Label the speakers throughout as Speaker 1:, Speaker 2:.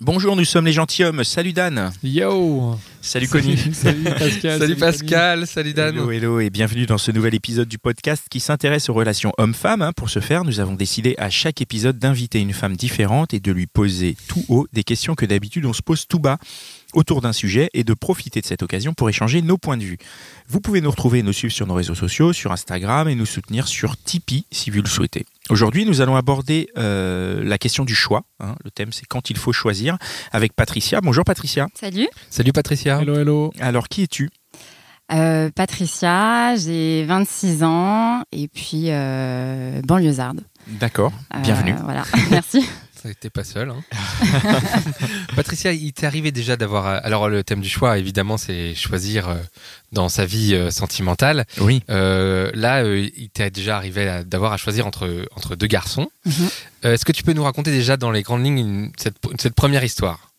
Speaker 1: Bonjour, nous sommes les gentilshommes. Salut Dan.
Speaker 2: Yo
Speaker 1: Salut Connie.
Speaker 2: Salut Pascal
Speaker 3: Salut Pascal, salut Dan.
Speaker 1: Hello, hello et bienvenue dans ce nouvel épisode du podcast qui s'intéresse aux relations hommes-femmes. hein. Pour ce faire, nous avons décidé à chaque épisode d'inviter une femme différente et de lui poser tout haut des questions que d'habitude on se pose tout bas autour d'un sujet et de profiter de cette occasion pour échanger nos points de vue. Vous pouvez nous retrouver et nous suivre sur nos réseaux sociaux, sur Instagram et nous soutenir sur Tipeee si vous le souhaitez. Aujourd'hui, nous allons aborder euh, la question du choix. hein. Le thème, c'est quand il faut choisir avec Patricia. Bonjour Patricia.
Speaker 4: Salut.
Speaker 3: Salut Patricia.
Speaker 2: Hello, hello.
Speaker 1: Alors, qui es-tu
Speaker 4: Euh, Patricia, j'ai 26 ans et puis euh, banlieusarde.
Speaker 1: D'accord.
Speaker 4: Euh,
Speaker 1: Bienvenue.
Speaker 4: Voilà, merci.
Speaker 3: Ça, T'es pas seul. hein. Patricia, il t'est arrivé déjà d'avoir. euh, Alors, le thème du choix, évidemment, c'est choisir euh, dans sa vie euh, sentimentale.
Speaker 1: Oui.
Speaker 3: Euh, là, euh, il t'est déjà arrivé à- d'avoir à choisir entre, entre deux garçons.
Speaker 4: Mhm.
Speaker 3: Euh, Est-ce que tu peux nous raconter déjà dans les grandes lignes une- cette, cette première histoire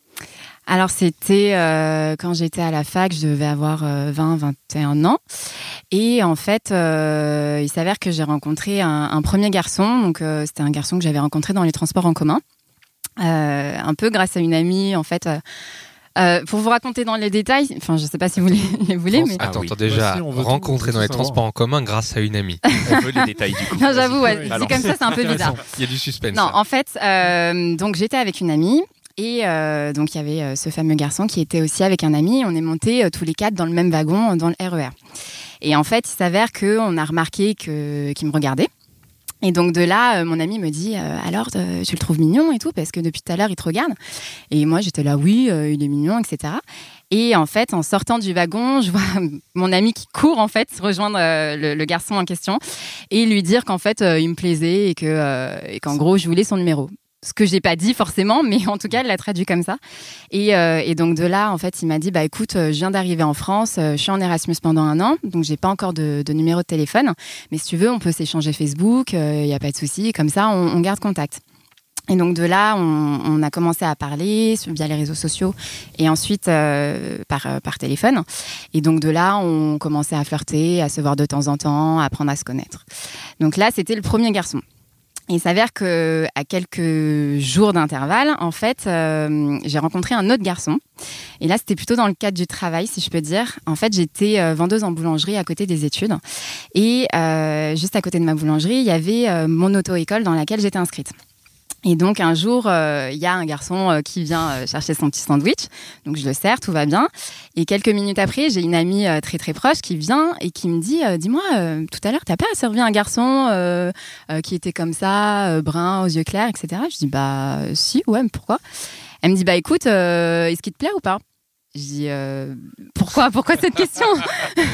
Speaker 4: Alors, c'était euh, quand j'étais à la fac, je devais avoir euh, 20-21 ans. Et en fait, euh, il s'avère que j'ai rencontré un, un premier garçon. Donc, euh, c'était un garçon que j'avais rencontré dans les transports en commun. Euh, un peu grâce à une amie, en fait. euh, euh, pour vous raconter dans les détails, enfin, je sais pas si vous les, les voulez, mais.
Speaker 1: Ah
Speaker 3: Attends,
Speaker 1: oui.
Speaker 3: t'as déjà
Speaker 2: Bah si, on veut tout- on
Speaker 3: rencontré
Speaker 2: veut
Speaker 3: dans les
Speaker 2: tout savoir.
Speaker 3: transports en commun grâce à une amie.
Speaker 1: On veut les détails du coup.
Speaker 4: Non, j'avoue, ouais,
Speaker 2: Vas-y.
Speaker 4: c'est comme ça, c'est un peu bizarre.
Speaker 3: Il y a du suspense.
Speaker 2: hein.
Speaker 4: Non, en fait, euh, donc j'étais avec une amie. Et euh, donc, il y avait euh, ce fameux garçon qui était aussi avec un ami. On est montés euh, tous les quatre dans le même wagon, euh, dans le RER. Et en fait, il s'avère qu'on a remarqué que- qu'il me regardait. Et donc, de là, euh, mon ami me dit euh, Alors, euh, tu le trouves mignon et tout Parce que depuis tout à l'heure, il te regarde. Et moi, j'étais là Oui, euh, il est mignon, etc. Et en fait, en sortant du wagon, je vois mon ami qui court, en fait, rejoindre euh, le- le garçon en question et lui dire qu'en fait euh, il me plaisait et que euh, et qu'en gros je voulais son numéro. Ce que j'ai pas dit forcément, mais en tout cas, elle l'a traduit comme ça. Et, euh, et donc de là, en fait, il m'a dit bah écoute, euh, je viens d'arriver en France, euh, je suis en Erasmus pendant un an, donc j'ai pas encore de, de numéro de téléphone, mais si tu veux, on peut s'échanger Facebook, il y a pas de souci, comme ça, on, on garde contact. Et donc de là, on, on a commencé à parler sur- via les réseaux sociaux et ensuite euh, par, euh, par téléphone. Et donc de là, on commençait à flirter, à se voir de temps en temps, à apprendre à se connaître. Donc là, c'était le premier garçon. Et il s'avère que à quelques jours d'intervalle, en fait, euh, j'ai rencontré un autre garçon. Et là, c'était plutôt dans le cadre du travail, si je peux dire. En fait, j'étais euh, vendeuse en boulangerie à côté des études. Et euh, juste à côté de ma boulangerie, il y avait euh, mon auto-école dans laquelle j'étais inscrite. Et donc un jour, euh, il y a un garçon euh, qui vient euh, chercher son petit sandwich. Donc je le sers, tout va bien. Et quelques minutes après, j'ai une amie euh, très très proche qui vient et qui me dit euh, Dis-moi, euh, tout à l'heure, t'as pas servi un garçon euh, euh, qui était comme ça, euh, brun, aux yeux clairs, etc. Je dis Bah, euh, si, ouais, mais pourquoi Elle me dit Bah, écoute, euh, est-ce qu'il te plaît ou pas je dis Euh, pourquoi pourquoi cette question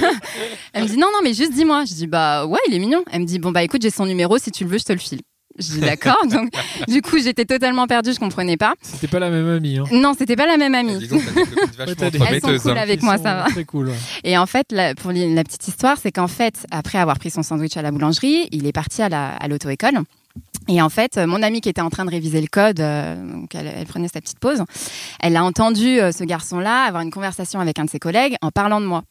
Speaker 4: Elle me dit non non mais juste dis-moi. Je dis bah ouais il est mignon. Elle me dit bon bah écoute j'ai son numéro si tu le veux je te le file. Je dis d'accord donc du coup j'étais totalement perdue je comprenais pas.
Speaker 2: C'était pas la même amie. Hein.
Speaker 4: Non c'était pas la même amie.
Speaker 3: Eh, Dis donc, t'as des copines vachement
Speaker 2: Ouais, t'as des-
Speaker 4: Elles sont
Speaker 3: entremetteuses,
Speaker 4: cool
Speaker 3: hein.
Speaker 4: avec
Speaker 2: Ils
Speaker 4: moi,
Speaker 2: sont
Speaker 4: ça va.
Speaker 2: Très cool. ouais.
Speaker 4: Et en fait, la- pour les- la petite histoire, c'est qu'en fait, après avoir pris son sandwich à la boulangerie, il est parti à la- à l'auto-école. et en fait, euh, mon amie qui était en train de réviser le code, euh, donc elle, elle prenait sa petite pause, elle a entendu euh, ce garçon-là avoir une conversation avec un de ses collègues en parlant de moi.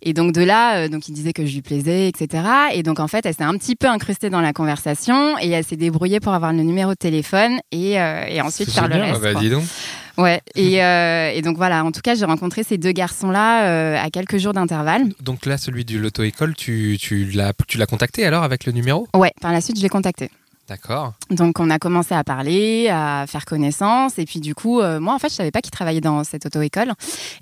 Speaker 4: Et donc de là, euh, donc il disait que je lui plaisais, etc. Et donc en fait, elle s'est un petit peu incrustée dans la conversation et elle s'est débrouillée pour avoir le numéro de téléphone et, euh, et ensuite
Speaker 2: C'est
Speaker 4: faire le
Speaker 2: génial,
Speaker 3: Ah
Speaker 4: reste.
Speaker 3: bah,
Speaker 4: quoi.
Speaker 3: dis donc.
Speaker 4: Ouais, et, euh, et donc voilà, en tout cas, j'ai rencontré ces deux garçons-là euh, à quelques jours d'intervalle.
Speaker 3: Donc là, celui de l'auto-école, tu, tu l'as tu l'as contacté alors avec le numéro
Speaker 4: Ouais, par la suite, je l'ai contacté.
Speaker 3: D'accord.
Speaker 4: Donc on a commencé à parler, à faire connaissance, et puis du coup, euh, moi, en fait, je savais pas qu'il travaillait dans cette auto-école.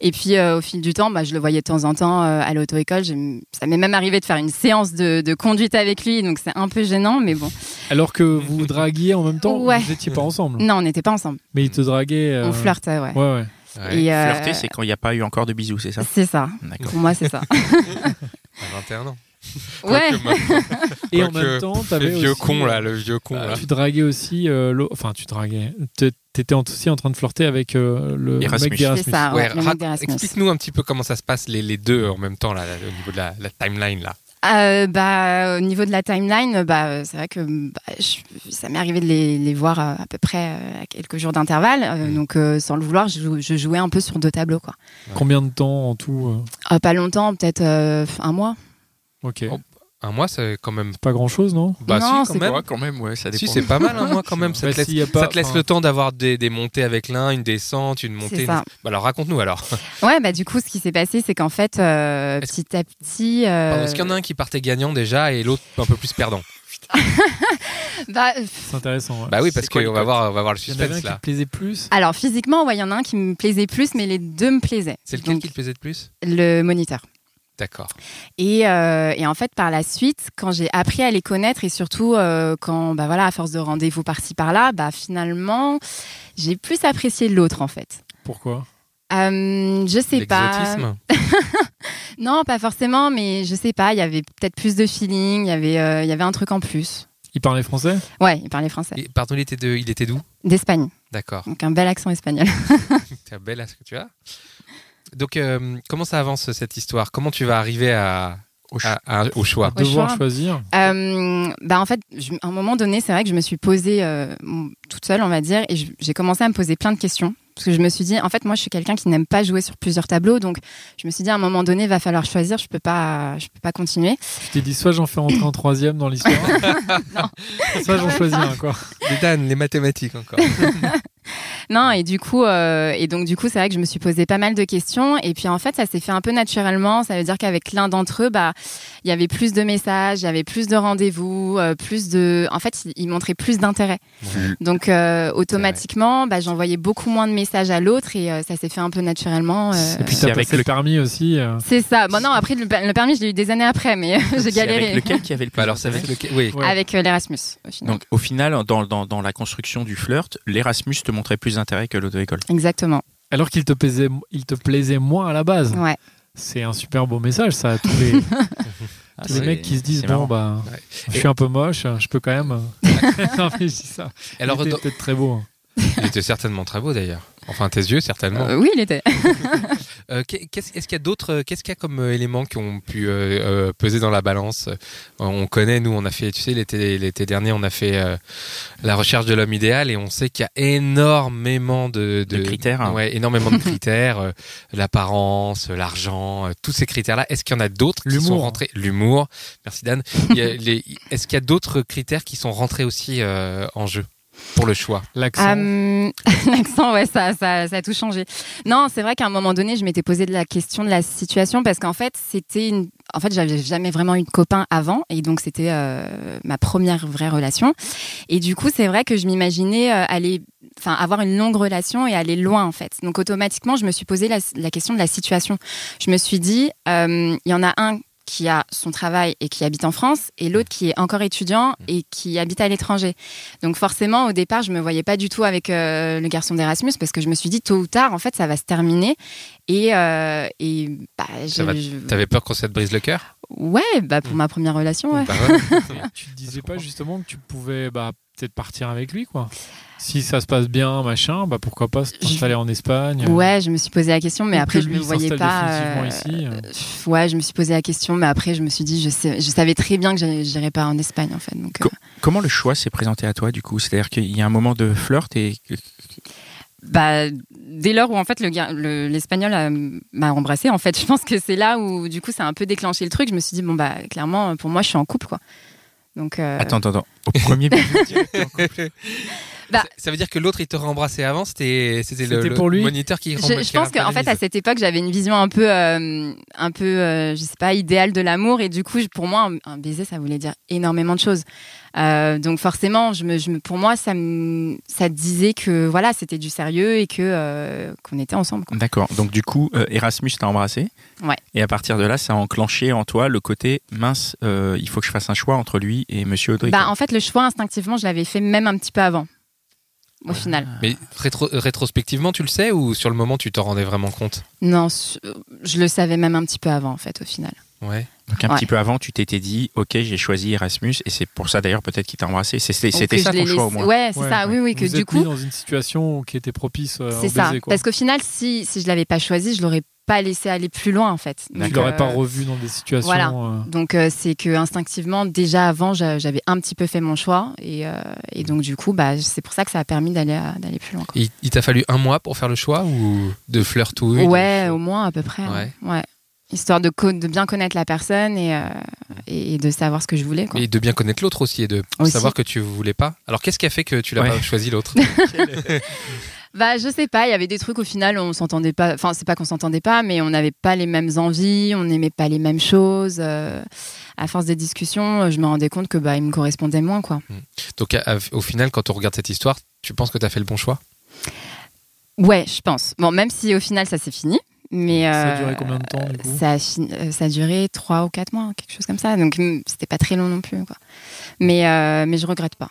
Speaker 4: Et puis euh, au fil du temps, bah, je le voyais de temps en temps euh, à l'auto-école. J'ai- Ça m'est même arrivé de faire une séance de, de conduite avec lui, donc c'est un peu gênant, mais bon.
Speaker 2: Alors que vous draguiez en même temps,
Speaker 4: Ouais.
Speaker 2: vous étiez pas
Speaker 3: Mmh.
Speaker 2: ensemble.
Speaker 4: Non, on n'était pas ensemble.
Speaker 2: Mais ils te draguaient. euh,
Speaker 4: On flirtait, ouais.
Speaker 2: Ouais, ouais.
Speaker 3: Ouais,
Speaker 4: Et, euh,
Speaker 1: Flirter, c'est quand il n'y a pas eu encore de bisous, c'est ça
Speaker 4: c'est ça.
Speaker 1: D'accord.
Speaker 4: Pour moi, c'est ça.
Speaker 3: à 21 ans.
Speaker 4: Ouais.
Speaker 3: Quoique, ma-
Speaker 2: Et en
Speaker 3: quoique,
Speaker 2: même temps,
Speaker 3: le
Speaker 2: t'avais
Speaker 3: vieux
Speaker 2: aussi-
Speaker 3: con là, le vieux con
Speaker 2: Euh,
Speaker 3: là.
Speaker 2: Tu draguais aussi, euh, l'au- enfin tu draguais, T'é- t'étais en- aussi en train de flirter avec euh, le
Speaker 1: Erasmus.
Speaker 2: mec
Speaker 4: C'est
Speaker 2: d'Erasmus.
Speaker 4: ça, ouais,
Speaker 3: Ouais,
Speaker 4: Ah, le mec
Speaker 3: rac-
Speaker 4: d'Erasmus.
Speaker 3: Explique-nous un petit peu comment ça se passe les, les deux en même temps là, là, au niveau de la, la timeline là.
Speaker 4: Euh, bah, au niveau de la timeline, bah, euh, c'est vrai que bah, je- ça m'est arrivé de les, les voir euh, à peu près euh, à quelques jours d'intervalle. Euh,
Speaker 3: Mm.
Speaker 4: Donc, euh, sans le vouloir, je, jou- je jouais un peu sur deux tableaux. Quoi.
Speaker 2: Combien de temps en tout
Speaker 4: Euh, pas longtemps, peut-être euh, un mois.
Speaker 2: euh, Ok.
Speaker 3: Oh. Un mois, c'est quand même.
Speaker 2: Pas grand chose, non
Speaker 3: Bah,
Speaker 4: Non,
Speaker 3: si, quand
Speaker 4: c'est
Speaker 3: même.
Speaker 1: Ouais, quand même, ouais, ça dépend.
Speaker 3: Si, c'est pas mal un mois quand même. Ça
Speaker 2: Bah,
Speaker 3: te laisse,
Speaker 2: s'il y a
Speaker 3: ça
Speaker 2: pas-
Speaker 3: te laisse
Speaker 2: enfin-
Speaker 3: le temps d'avoir des, des montées avec l'un, une descente, une montée.
Speaker 4: C'est
Speaker 3: une-
Speaker 4: ça.
Speaker 3: Bah, alors raconte-nous alors.
Speaker 4: Ouais, bah, du coup, ce qui s'est passé, c'est qu'en fait, euh,
Speaker 3: Est-ce-
Speaker 4: petit à petit. euh,
Speaker 3: Pardon, Est-ce qu'il y en a un qui partait gagnant déjà et l'autre un peu plus perdant
Speaker 4: bah, euh,
Speaker 2: C'est intéressant. ouais.
Speaker 3: Bah oui, parce
Speaker 1: C'est quoi,
Speaker 3: qu'on
Speaker 1: les
Speaker 3: va
Speaker 1: codes
Speaker 3: voir, on va voir le
Speaker 2: Il y en avait un
Speaker 3: suspense
Speaker 2: qui te
Speaker 3: là.
Speaker 2: plaisait plus.
Speaker 4: alors, physiquement, ouais, il y en a un qui me plaisait plus, mais les deux me plaisaient.
Speaker 3: C'est lequel
Speaker 4: Donc,
Speaker 3: qui te plaisait le plus
Speaker 4: Le moniteur.
Speaker 3: D'accord.
Speaker 4: Et, euh, et en fait, par la suite, quand j'ai appris à les connaître et surtout euh, quand, bah voilà, à force de rendez-vous par-ci par-là, bah finalement, j'ai plus apprécié l'autre en fait.
Speaker 2: Pourquoi
Speaker 4: Euh, je sais pas.
Speaker 3: L'exotisme.
Speaker 4: Non, pas forcément, mais je sais pas. Il y avait peut-être plus de feeling. Il y avait, euh, il y avait un truc en plus.
Speaker 2: Il parlait français
Speaker 4: Ouais, il parlait français.
Speaker 3: Et, Pardon, il était de- il était d'où
Speaker 4: D'Espagne,
Speaker 3: D'accord.
Speaker 4: donc un bel accent espagnol.
Speaker 3: T'es belle à ce que tu as. Donc, euh, comment ça avance cette histoire Comment tu vas arriver à,
Speaker 1: Au choix.
Speaker 3: à- à- au choix
Speaker 4: Au
Speaker 2: Devoir
Speaker 4: choix.
Speaker 2: choisir.
Speaker 4: Euh, bah en fait, je- à un moment donné, c'est vrai que je me suis posée euh, m- toute seule, on va dire, et je- j'ai commencé à me poser plein de questions. Parce que je me suis dit, en fait, moi, je suis quelqu'un qui n'aime pas jouer sur plusieurs tableaux, donc je me suis dit, à un moment donné, va falloir choisir. Je peux pas, je peux pas continuer.
Speaker 2: Tu t'es dit soit j'en fais entrer en troisième dans l'histoire, soit j'en choisis un quoi.
Speaker 3: Les Dan, les mathématiques encore.
Speaker 4: Non, et du coup, euh, et donc du coup, c'est vrai que je me suis posé pas mal de questions. Et puis en fait, ça s'est fait un peu naturellement. Ça veut dire qu'avec l'un d'entre eux, bah, il y avait plus de messages, il y avait plus de rendez-vous, euh, plus de. En fait, il- il montrait plus d'intérêt. Donc euh, automatiquement, bah, j'envoyais beaucoup moins de messages à l'autre et euh, ça s'est fait un peu naturellement. euh,
Speaker 1: C'est-
Speaker 2: Et puis
Speaker 1: Si
Speaker 2: t'as
Speaker 1: avec
Speaker 2: passé
Speaker 1: le-
Speaker 2: le permis aussi. euh,
Speaker 4: c'est ça. Bon non, après le, le permis, je l'ai eu des années après, mais j'ai
Speaker 1: C'est
Speaker 4: galéré.
Speaker 1: Avec lequel qui avait le plus
Speaker 3: Bah, alors, ça va
Speaker 1: d'intérêt
Speaker 3: être lequel Oui.
Speaker 2: ouais.
Speaker 4: Avec, euh, l'Erasmus. au final.
Speaker 1: Donc, au final, dans, dans, dans la construction du flirt, l'Erasmus te montrait plus d'intérêt que l'auto-école.
Speaker 4: Exactement.
Speaker 2: Alors qu'il te plaisait, il te plaisait moins à la base.
Speaker 4: Ouais.
Speaker 2: C'est un super beau message ça à tous les,
Speaker 1: Ah,
Speaker 2: tous les
Speaker 1: c'est-
Speaker 2: mecs qui se disent
Speaker 1: c'est
Speaker 2: bon
Speaker 1: marrant.
Speaker 2: bah
Speaker 3: Ouais.
Speaker 2: je suis un peu moche, je peux quand même. euh, non mais je dis ça.
Speaker 3: Alors,
Speaker 2: il était
Speaker 3: dans-
Speaker 2: peut-être très beau. hein.
Speaker 3: il était certainement très beau d'ailleurs. Enfin, tes yeux,
Speaker 1: Ah.
Speaker 3: certainement.
Speaker 4: Euh, oui, il était.
Speaker 3: Euh, qu'est- qu'est-ce- Est-ce qu'il y a d'autres euh, Qu'est-ce qu'il y a comme euh, éléments qui ont pu euh, euh, peser dans la balance Euh, On connaît, nous, on a fait, tu sais, l'été l'été dernier, on a fait euh, la recherche de l'homme idéal et on sait qu'il y a énormément de,
Speaker 1: De critères, hein.
Speaker 3: Ouais, énormément de critères. euh, L'apparence, euh, l'argent, euh, tous ces critères-là. Est-ce qu'il y en a d'autres qui sont
Speaker 2: L'humour.
Speaker 3: rentrés L'humour. Merci Dan. Il y a les- Est-ce qu'il y a d'autres critères qui sont rentrés aussi euh, en jeu pour le choix
Speaker 2: L'accent.
Speaker 4: Euh, L'accent, ouais, ça, ça, ça a tout changé. Non, c'est vrai qu'à un moment donné, je m'étais posé de la question de la situation parce qu'en fait, c'était une. En fait, j'avais jamais vraiment eu de copain avant et donc c'était euh, ma première vraie relation. Et du coup, c'est vrai que je m'imaginais euh, aller, enfin, avoir une longue relation et aller loin en fait. Donc automatiquement, je me suis posé la, la question de la situation. Je me suis dit, euh, il y en a un qui a son travail et qui habite en France et l'autre qui est encore étudiant et qui habite à l'étranger. Donc forcément, au départ, je me voyais pas du tout avec euh, le garçon d'Erasmus parce que je me suis dit tôt ou tard, en fait, ça va se terminer. Et, euh, et bah,
Speaker 3: Ça
Speaker 4: je-
Speaker 3: va-
Speaker 4: je-
Speaker 3: T'avais peur qu'on se te brise le cœur
Speaker 4: ouais, bah pour ma première relation, ouais.
Speaker 3: Bah ouais.
Speaker 2: Tu te disais pas justement que tu pouvais bah, peut-être partir avec lui quoi. Si ça se passe bien machin, bah pourquoi pas s'installer en Espagne. euh,
Speaker 4: Ouais, je me suis posé la question, mais
Speaker 2: ou
Speaker 4: après
Speaker 2: que
Speaker 4: je
Speaker 2: lui
Speaker 4: me voyais
Speaker 2: s'installe
Speaker 4: pas.
Speaker 2: définitivement
Speaker 4: euh,
Speaker 2: ici, euh.
Speaker 4: pff, ouais, je me suis posé la question, mais après je me suis dit, je, sais, je savais très bien que j'allais- j'irais pas en Espagne en fait. Donc, euh,
Speaker 1: Co- Comment le choix s'est présenté à toi, du coup C'est-à-dire qu'il y a un moment de flirt et
Speaker 4: Euh.
Speaker 1: que-
Speaker 4: bah, dès lors où en fait le gar- le- l'espagnol euh, m'a embrassé, en fait, je pense que c'est là où du coup ça a un peu déclenché le truc. Je me suis dit bon bah clairement pour moi je suis en couple quoi. Donc euh,
Speaker 1: Attends, attends, attends. Au premier bisou,
Speaker 4: Bah.
Speaker 3: Ça- ça veut dire que l'autre il t'aurait embrassé avant, c'était c'était le,
Speaker 2: C'était
Speaker 3: le
Speaker 2: pour lui.
Speaker 3: moniteur qui
Speaker 4: Je, je pense qu'en fait, à
Speaker 3: assez
Speaker 4: cette époque, j'avais une vision un peu, euh, un peu, euh, je sais pas, idéale de l'amour. Et du coup, je- pour moi, un, un baiser, ça voulait dire énormément de choses. Euh, donc forcément, je me, je me- pour moi, ça, me- ça disait que voilà, c'était du sérieux et que euh, qu'on était ensemble. quoi.
Speaker 1: D'accord. Donc du coup, euh, Erasmus t'a embrassé.
Speaker 4: Ouais.
Speaker 1: Et à partir de là, ça a enclenché en toi le côté mince. euh, il faut que je fasse un choix entre lui et Monsieur Audrey.
Speaker 4: Bah, en fait, le choix instinctivement, je l'avais fait même un petit peu avant. Au final,
Speaker 3: Mais rétro- rétrospectivement, tu le sais ou sur le moment tu t'en rendais vraiment compte
Speaker 4: non, su- je le savais même un petit peu avant, en fait, au final.
Speaker 3: Ouais.
Speaker 1: Donc un
Speaker 4: Ouais.
Speaker 1: petit peu avant, tu t'étais dit, ok, j'ai choisi Erasmus, et c'est pour ça d'ailleurs peut-être qu'il t'a embrassé. C'est- c'est-
Speaker 4: Ou
Speaker 1: C'était
Speaker 4: que
Speaker 1: ça
Speaker 4: je
Speaker 1: ton
Speaker 4: l'ai
Speaker 1: choix au
Speaker 4: laissé-
Speaker 1: moins.
Speaker 4: Ouais, c'est
Speaker 2: Ouais,
Speaker 4: ça,
Speaker 2: ouais.
Speaker 4: oui, oui, que
Speaker 2: Vous
Speaker 4: du
Speaker 2: êtes mis
Speaker 4: coup,
Speaker 2: dans une situation qui était propice euh,
Speaker 4: c'est
Speaker 2: au
Speaker 4: ça.
Speaker 2: baiser, quoi.
Speaker 4: Parce qu'au final, si, si je l'avais pas choisi, je l'aurais pas laissé aller plus loin, en fait.
Speaker 2: tu
Speaker 4: Donc,
Speaker 2: l'aurais
Speaker 4: euh,
Speaker 2: pas revu dans des situations.
Speaker 4: voilà.
Speaker 2: euh,
Speaker 4: Donc euh, c'est que instinctivement, déjà avant, j'a- j'avais un petit peu fait mon choix et, euh, et donc du coup, bah, c'est pour ça que ça a permis d'aller à- d'aller plus loin. quoi.
Speaker 3: Il, il t'a fallu un mois pour faire le choix ou de fleurtouille de-
Speaker 4: ouais, au moins à peu près.
Speaker 3: Ouais.
Speaker 4: Ouais. Ouais. Histoire de, co- de bien connaître la personne et, euh, et et de savoir ce que je voulais. Quoi.
Speaker 3: Et de bien connaître l'autre aussi et de
Speaker 4: Aussi.
Speaker 3: savoir que tu voulais pas. Alors qu'est-ce qui a fait que tu l'as
Speaker 1: Ouais.
Speaker 3: pas choisi l'autre
Speaker 4: Bah, je sais pas, il y avait des trucs au final, on s'entendait pas. Enfin, c'est pas qu'on s'entendait pas, mais on n'avait pas les mêmes envies, on n'aimait pas les mêmes choses. euh, à force des discussions, euh, je me rendais compte que bah, il me correspondait moins, quoi.
Speaker 3: Donc à- à- au final, quand on regarde cette histoire, tu penses que tu as fait le bon choix
Speaker 4: Ouais, je pense. Bon, même si au final, ça s'est fini. Mais
Speaker 2: Ça a
Speaker 4: euh,
Speaker 2: duré combien de temps, du coup
Speaker 4: ça a, fini- euh, ça a duré trois ou quatre mois, quelque chose comme ça. Donc mm, c'était pas très long non plus. Quoi. Mais, euh, mais je regrette pas,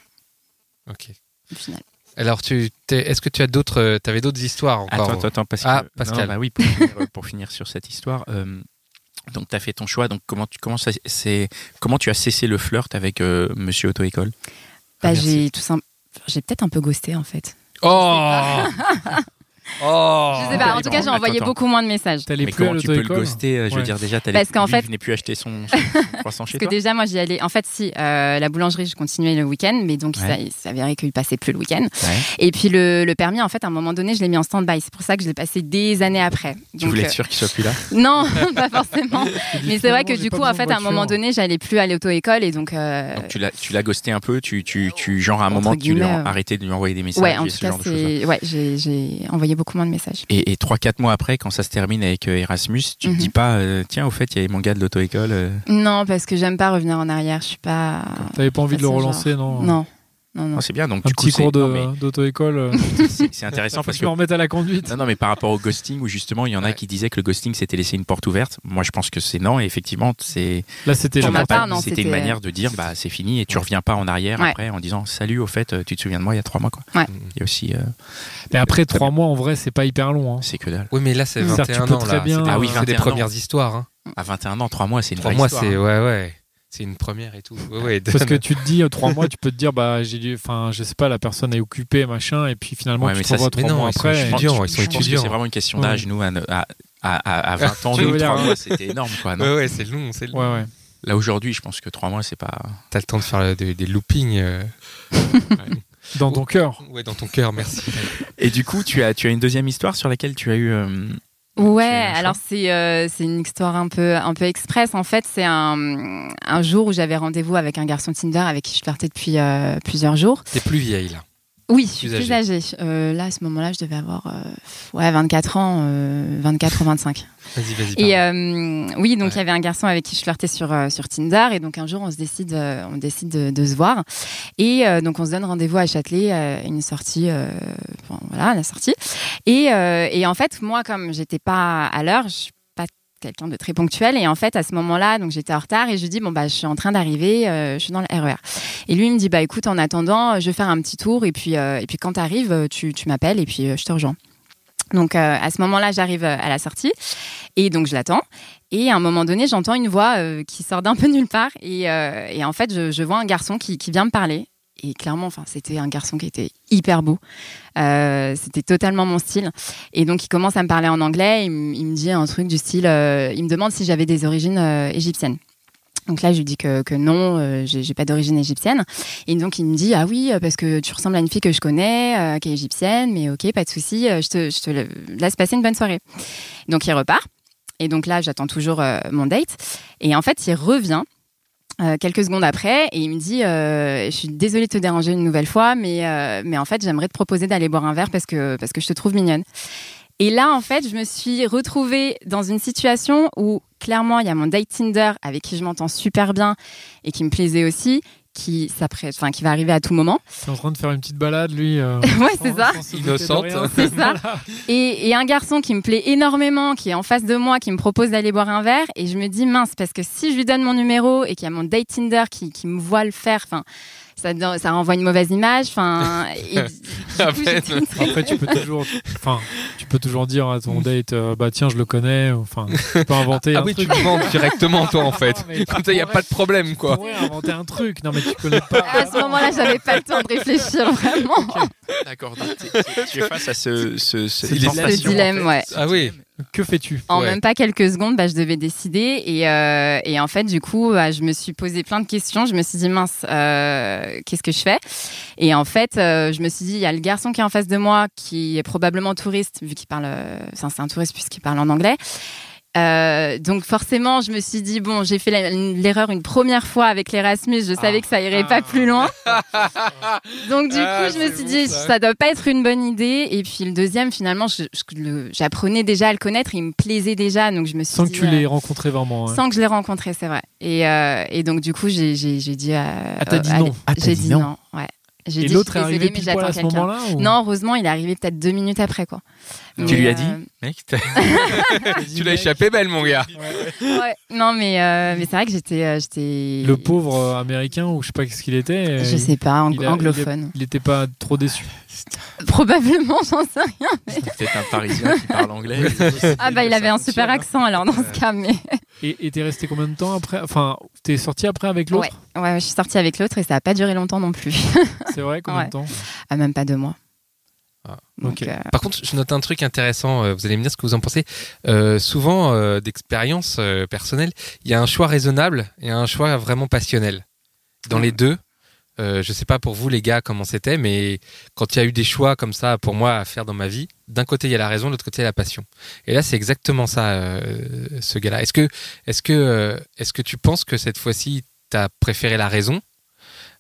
Speaker 3: Ok.
Speaker 4: au final.
Speaker 2: Ah,
Speaker 3: Alors tu, t'es- est-ce que tu as d'autres, avais d'autres histoires encore
Speaker 1: Attends, attends, attends, parce
Speaker 3: Ah,
Speaker 1: que-
Speaker 3: Pascal.
Speaker 1: non, bah oui, pour finir, pour finir sur cette histoire. euh, donc, tu as fait ton choix. Donc, comment tu, comment, ça, c'est- comment tu as cessé le flirt avec euh, monsieur Auto-École
Speaker 4: Bah,
Speaker 3: merci.
Speaker 4: j'ai tout simple. J'ai peut-être un peu ghosté en fait.
Speaker 3: Oh Oh
Speaker 4: je sais
Speaker 1: bah,
Speaker 4: pas, en tout cas j'ai
Speaker 1: Attends,
Speaker 4: envoyé
Speaker 1: attends.
Speaker 4: beaucoup moins de messages.
Speaker 2: T'allais
Speaker 1: Mais
Speaker 2: plus à
Speaker 1: comment tu peux le
Speaker 2: l'auto-école
Speaker 1: ghoster euh, Je veux
Speaker 2: Ouais.
Speaker 1: dire, déjà, t'allais-
Speaker 4: Parce qu'en
Speaker 1: lui,
Speaker 4: fait-
Speaker 1: il venait plus acheter son, son- son croissant chez
Speaker 4: Parce que
Speaker 1: toi.
Speaker 4: déjà moi j'y allais. En fait si, euh, la boulangerie je continuais le week-end, mais donc il
Speaker 1: Ouais.
Speaker 4: s'a- il s'avérait qu'il passait plus le week-end.
Speaker 1: Ouais.
Speaker 4: Et puis le, le permis en fait à un moment donné je l'ai mis en stand-by. C'est pour ça que je l'ai passé des années après.
Speaker 1: Tu
Speaker 4: Donc,
Speaker 1: voulais
Speaker 4: euh,
Speaker 1: être sûr qu'il soit plus là
Speaker 4: Non, pas forcément.
Speaker 2: Tu dis,
Speaker 4: Mais c'est vrai que
Speaker 2: finalement, j'ai
Speaker 4: du
Speaker 2: pas
Speaker 4: coup,
Speaker 2: besoin
Speaker 4: en
Speaker 2: de
Speaker 4: fait, à un
Speaker 2: voiture. hein.
Speaker 4: moment donné, j'allais plus à l'auto-école et donc. euh,
Speaker 1: Donc, tu l'as- tu l'as ghosté un peu tu, tu, tu, Genre, à un
Speaker 4: Entre
Speaker 1: moment, tu lui
Speaker 4: guillemets,
Speaker 1: as
Speaker 4: euh.
Speaker 1: arrêté de lui envoyer des messages
Speaker 4: ouais, en
Speaker 1: et
Speaker 4: tout
Speaker 1: ce
Speaker 4: cas,
Speaker 1: genre de choses. hein.
Speaker 4: c'est. Ouais, j'ai- j'ai envoyé beaucoup moins de messages.
Speaker 1: Et, et 3-4 mois après, quand ça se termine avec euh, Erasmus, tu
Speaker 4: Mhm.
Speaker 1: te dis pas, euh, tiens, au fait, il y avait mon gars de l'auto-école. euh,
Speaker 4: Non, parce que j'aime pas revenir en arrière. Je suis pas.
Speaker 2: T'avais pas envie de le
Speaker 4: Ça, c'est
Speaker 2: relancer, non
Speaker 4: Non, non, non.
Speaker 1: oh, c'est bien, donc
Speaker 2: Un
Speaker 1: du coup,
Speaker 2: petit
Speaker 1: c'est-
Speaker 2: cours de-
Speaker 1: non, mais
Speaker 2: d'auto-école. euh,
Speaker 1: c'est- c'est intéressant
Speaker 2: Faut que
Speaker 1: parce
Speaker 2: je
Speaker 1: que
Speaker 2: me remette à la conduite.
Speaker 1: Non, non, mais par rapport au ghosting, où justement, il y en a
Speaker 3: Ouais.
Speaker 1: qui disaient que le ghosting, c'était laisser une porte ouverte. Moi, je pense que c'est non. Et effectivement, c'est
Speaker 2: Là, c'était
Speaker 4: Pour
Speaker 2: genre.
Speaker 4: ma part, non,
Speaker 1: c'était
Speaker 4: c'était-
Speaker 1: une manière de dire, bah, c'est fini et tu reviens pas en arrière
Speaker 4: Ouais.
Speaker 1: après en disant, salut, au fait, euh, tu te souviens de moi il y a trois mois, quoi.
Speaker 4: Ouais.
Speaker 1: Il y a aussi, euh,
Speaker 2: Mais après, trois mois, en vrai, c'est pas hyper long. hein.
Speaker 1: c'est que dalle.
Speaker 3: Oui, mais là c'est
Speaker 4: Certes,
Speaker 3: 21
Speaker 2: tu peux
Speaker 3: ans
Speaker 2: très
Speaker 3: là.
Speaker 2: bien-
Speaker 3: C'est des-
Speaker 1: Ah oui,
Speaker 3: c'est des
Speaker 1: 21 ans.
Speaker 3: premières histoires. hein.
Speaker 1: À 21 ans, trois mois, c'est une
Speaker 3: Trois
Speaker 1: vraie
Speaker 3: mois,
Speaker 1: histoire,
Speaker 3: c'est
Speaker 1: hein.
Speaker 3: ouais, ouais, c'est une première et tout. Ouais, ouais,
Speaker 2: Parce que
Speaker 3: donne-
Speaker 2: tu te dis, euh, trois mois, tu peux te dire, bah, j'ai dû. Enfin, je sais pas, la personne est occupée, machin, et puis finalement,
Speaker 1: Ouais,
Speaker 2: tu
Speaker 1: mais
Speaker 2: te
Speaker 1: ça,
Speaker 2: revois
Speaker 1: c'est-
Speaker 3: mais
Speaker 2: trois
Speaker 3: non,
Speaker 2: mois
Speaker 3: ils sont
Speaker 2: après.
Speaker 1: Je
Speaker 2: et-
Speaker 1: pense-
Speaker 3: étudiants, ils sont
Speaker 1: je pense que
Speaker 3: étudiants.
Speaker 1: c'est vraiment une question d'âge. Nous, à, à, à, à 20 ans,
Speaker 2: Tu veux
Speaker 1: nous,
Speaker 2: dire,
Speaker 1: trois
Speaker 2: hein.
Speaker 1: mois, c'était énorme, quoi. non
Speaker 3: Ouais, ouais, c'est long, c'est long.
Speaker 2: Ouais, ouais.
Speaker 1: Là, aujourd'hui, je pense que trois mois, c'est pas.
Speaker 3: T'as le temps de faire euh, des, des loopings euh,
Speaker 2: Dans ton cœur.
Speaker 3: ouais, dans ton cœur, merci.
Speaker 1: Et du coup, tu as, tu as une deuxième histoire sur laquelle tu as eu. euh,
Speaker 4: Ouais,
Speaker 1: un choix
Speaker 4: alors c'est euh, c'est une histoire un peu un peu express. En fait, c'est un, un jour où j'avais rendez-vous avec un garçon Tinder avec qui je flirtais depuis euh, plusieurs jours.
Speaker 3: T'es plus vieille là.
Speaker 4: Oui, je suis
Speaker 3: Plus
Speaker 4: plus âgée. Euh, là, à ce moment-là, je devais avoir euh, ouais 24 ans, euh, 24 ou 25.
Speaker 3: Vas-y, vas-y.
Speaker 4: Et
Speaker 3: pardon.
Speaker 4: euh, oui, donc il
Speaker 3: Ouais.
Speaker 4: y avait un garçon avec qui je flirtais sur, euh, sur Tinder. Et donc un jour, on se décide, euh, on décide de, de se voir. Et euh, donc on se donne rendez-vous à Châtelet, euh, une sortie, euh, bon, voilà, la sortie. Et, euh, et en fait, moi, comme j'étais pas à l'heure, je suis pas quelqu'un de très ponctuel et en fait à ce moment-là donc j'étais en retard et je lui dis bon bah je suis en train d'arriver euh, je suis dans le RER et lui il me dit bah écoute en attendant je vais faire un petit tour et puis euh, et puis quand t'arrives euh, tu tu m'appelles et puis euh, je te rejoins donc euh, à ce moment-là j'arrive euh, à la sortie et donc je l'attends. Et à un moment donné, j'entends une voix euh, qui sort d'un peu nulle part. Et, euh, et en fait, je, je vois un garçon qui, qui vient me parler. Et clairement, enfin, c'était un garçon qui était hyper beau. Euh, c'était totalement mon style. Et donc, il commence à me parler en anglais. Il, me- il me dit un truc du style. euh, il me demande si j'avais des origines euh, égyptiennes. Donc là, je lui dis que, que non, euh, j'ai j'ai pas d'origine égyptienne. Et donc, il me dit ah oui, euh, parce que tu ressembles à une fille que je connais, euh, qui est égyptienne. Mais ok, pas de souci. euh, Je te, je te laisse passer une bonne soirée. Donc, il repart. Et donc là, j'attends toujours euh, mon date. Et en fait, il revient euh, quelques secondes après et il me dit euh, Je suis désolée de te déranger une nouvelle fois, mais, euh, mais en fait, j'aimerais te proposer d'aller boire un verre parce que, parce que je te trouve mignonne. Et là, en fait, je me suis retrouvée dans une situation où clairement, il y a mon date Tinder avec qui je m'entends super bien et qui me plaisait aussi, qui, s'apprête- enfin, qui va arriver à tout moment.
Speaker 2: T'es en train de faire une petite balade, lui. euh,
Speaker 4: ouais, c'est
Speaker 2: sans-
Speaker 4: ça.
Speaker 2: sans se douter de
Speaker 3: Innocente.
Speaker 2: rien.
Speaker 4: C'est ça. Et, et un garçon qui me plaît énormément, qui est en face de moi, qui me propose d'aller boire un verre, et je me dis mince parce que si je lui donne mon numéro et qu'il y a mon date Tinder qui, qui me voit le faire, enfin ça, don- ça renvoie une mauvaise image, enfin. et- du coup,
Speaker 3: À peine.
Speaker 4: j'étais une très-
Speaker 2: Après, tu peux toujours. Enfin, tu peux toujours dire à ton date, euh, bah tiens, je le connais. Enfin, tu peux inventer
Speaker 3: Ah
Speaker 2: un
Speaker 3: oui, tu
Speaker 2: truc.
Speaker 3: le vends directement, toi, en fait.
Speaker 2: mais
Speaker 3: Comme ça, il n'y a
Speaker 2: pourrais-
Speaker 3: pas de problème,
Speaker 2: Tu
Speaker 3: quoi.
Speaker 2: pourrais inventer un truc. Non, mais tu connais pas.
Speaker 4: Ah, À ce moment-là, j'avais pas le temps de réfléchir vraiment.
Speaker 1: D'accord. Tu es face à ce, ce, ce- cette
Speaker 2: dilemme.
Speaker 1: tentation,
Speaker 4: Ce dilemme, ouais.
Speaker 1: Ce
Speaker 3: Ah oui.
Speaker 1: dilemme.
Speaker 2: Que fais-tu
Speaker 4: En
Speaker 3: Ouais.
Speaker 4: même pas quelques secondes, bah, je devais décider. Et, euh, et en fait, du coup, bah, je me suis posé plein de questions. Je me suis dit, mince, euh, qu'est-ce que je fais Et en fait, euh, je me suis dit, il y a le garçon qui est en face de moi, qui est probablement touriste, vu qu'il parle. euh, Enfin, c'est un touriste puisqu'il parle en anglais. Euh, donc forcément, je me suis dit bon, j'ai fait la- l'erreur une première fois avec l'Erasmus. Je savais
Speaker 2: Ah.
Speaker 4: que ça irait
Speaker 2: Ah.
Speaker 4: pas plus loin. Donc du
Speaker 3: Ah,
Speaker 4: coup, je me
Speaker 3: c'est
Speaker 4: suis
Speaker 3: bon,
Speaker 4: dit
Speaker 3: ça.
Speaker 4: ça. doit pas être une bonne idée. Et puis le deuxième, finalement, je- je le- j'apprenais déjà à le connaître. Il me plaisait déjà, donc je me suis
Speaker 2: Sans que
Speaker 4: dit,
Speaker 2: tu
Speaker 4: euh,
Speaker 2: l'aies rencontré vraiment. hein.
Speaker 4: sans que je l'ai rencontré, c'est vrai. Et, euh, et donc du coup, j'ai j'ai- j'ai dit euh,
Speaker 2: Ah, t'as dit
Speaker 4: euh,
Speaker 2: non.
Speaker 4: allez,
Speaker 1: Ah, t'as
Speaker 4: J'ai
Speaker 1: dit
Speaker 4: dit
Speaker 1: non.
Speaker 4: non. Ouais. J'ai
Speaker 2: Et
Speaker 4: dit, je
Speaker 2: l'autre
Speaker 4: suis
Speaker 2: est arrivé
Speaker 4: désolée, mais
Speaker 2: pile poil
Speaker 4: j'attends
Speaker 2: à ce
Speaker 4: quelqu'un.
Speaker 2: moment-là ou-
Speaker 4: Non, heureusement, il est arrivé peut-être deux minutes après quoi.
Speaker 1: Tu
Speaker 4: Mais,
Speaker 1: lui as dit
Speaker 4: euh,
Speaker 1: Mec,
Speaker 3: Tu l'as échappé belle, mon gars.
Speaker 4: Ouais, non, mais, euh, mais c'est vrai que j'étais. euh, j'étais-
Speaker 2: Le pauvre euh, américain, ou je sais pas ce qu'il était. euh,
Speaker 4: Je
Speaker 2: il-
Speaker 4: sais pas, ang-
Speaker 2: il a-
Speaker 4: anglophone.
Speaker 2: Il était pas trop déçu.
Speaker 4: Probablement, j'en sais rien. Mais...
Speaker 1: c'est peut-être un Parisien qui parle anglais.
Speaker 4: Ah, bah, il avait un super accent alors dans ce cas, mais.
Speaker 2: Et et t'es resté combien de temps après Enfin, t'es sorti après avec l'autre
Speaker 4: Ouais, je suis sortie avec l'autre et ça a pas duré longtemps non plus.
Speaker 2: C'est vrai, combien de
Speaker 4: Ouais.
Speaker 2: temps
Speaker 4: Ah, même pas deux mois.
Speaker 3: Ah,
Speaker 4: Donc,
Speaker 2: ok.
Speaker 4: euh,
Speaker 3: Par contre, je note un truc intéressant, euh, vous allez me dire ce que vous en pensez. Euh, souvent, euh, d'expérience euh, personnelle, il y a un choix raisonnable et un choix vraiment passionnel. Dans les deux, euh, je sais pas pour vous les gars comment c'était, mais quand il y a eu des choix comme ça pour moi à faire dans ma vie, d'un côté il y a la raison, de l'autre côté il y a la passion. Et là, c'est exactement ça, euh, ce gars-là. Est-ce que, est-ce que, euh, est-ce que tu penses que cette fois-ci, tu as préféré la raison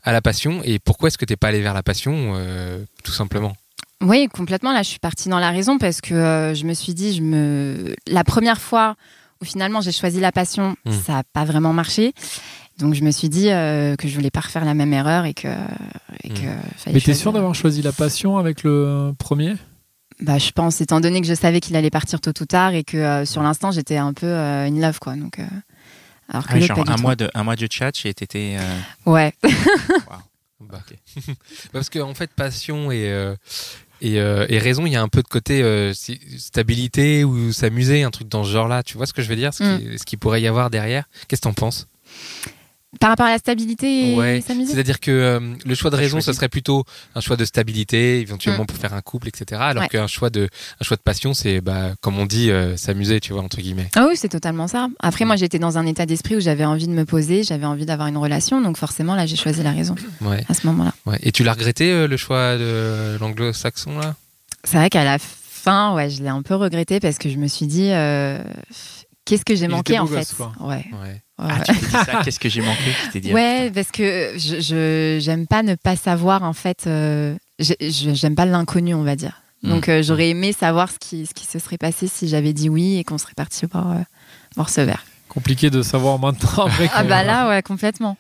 Speaker 3: à la passion et pourquoi est-ce que t'es pas allé vers la passion, euh, tout simplement
Speaker 4: Oui, complètement. Là, je suis partie dans la raison parce que euh, je me suis dit, je me... la première fois où finalement j'ai choisi la passion,
Speaker 3: Mm.
Speaker 4: ça n'a pas vraiment marché. Donc, je me suis dit euh, que je voulais pas refaire la même erreur et que. Et
Speaker 3: Mm.
Speaker 4: que fallait
Speaker 2: Mais t'es
Speaker 4: choisir.
Speaker 2: sûr d'avoir choisi la passion avec le premier
Speaker 4: Bah, je pense, étant donné que je savais qu'il allait partir tôt ou tard et que euh, sur l'instant, j'étais un peu euh, in love, quoi. Donc, euh, alors que
Speaker 1: Ah,
Speaker 4: l'autre,
Speaker 1: genre
Speaker 4: pas du
Speaker 1: un
Speaker 4: tout.
Speaker 1: mois, de, un mois de chat et t'étais. euh,
Speaker 4: Ouais.
Speaker 3: Bah. Parce qu'en en fait, passion et, euh, et, euh, et raison, il y a un peu de côté euh, si- stabilité ou s'amuser, un truc dans ce genre-là. Tu vois ce que je veux dire ce,
Speaker 4: Mm.
Speaker 3: qui, ce qui pourrait y avoir derrière Qu'est-ce que t'en penses
Speaker 4: Par rapport à la stabilité
Speaker 3: Ouais.
Speaker 4: et sa musique
Speaker 3: C'est-à-dire que euh, le choix de
Speaker 1: T'as
Speaker 3: raison,
Speaker 1: choisi.
Speaker 3: ça serait plutôt un choix de stabilité, éventuellement pour faire un couple, etc. Alors
Speaker 4: Mm. Ouais.
Speaker 3: qu'un choix de, un choix de passion, c'est, bah, comme on dit, euh, s'amuser, tu vois, entre guillemets.
Speaker 4: Ah oui, c'est totalement ça. Après, moi, j'étais dans un état d'esprit où j'avais envie de me poser, j'avais envie d'avoir une relation. Donc, forcément, là, j'ai choisi la raison
Speaker 3: Ouais.
Speaker 4: à ce moment-là.
Speaker 3: ouais. Et tu l'as regretté, euh, le choix de l'anglo-saxon, là
Speaker 4: C'est vrai qu'à la fin, ouais, je l'ai un peu regretté parce que je me suis dit, euh, qu'est-ce que j'ai
Speaker 2: Il
Speaker 4: manqué
Speaker 2: était beau
Speaker 4: en
Speaker 2: gosse,
Speaker 4: fait
Speaker 2: quoi.
Speaker 4: Ouais.
Speaker 3: Ouais.
Speaker 4: ouais.
Speaker 1: Ah, tu t'es dit ça, qu'est-ce que j'ai manqué Tu t'es dit, ah,
Speaker 4: Ouais, parce que je- je j'aime pas ne pas savoir en fait. euh, j'ai- je- j'aime pas l'inconnu, on va dire. Donc euh, j'aurais aimé savoir ce qui, ce qui se serait passé si j'avais dit oui et qu'on serait parti voir, euh, voir ce verre.
Speaker 2: Compliqué de savoir maintenant après
Speaker 4: Ah
Speaker 2: qu'on-
Speaker 4: bah là, ouais, complètement.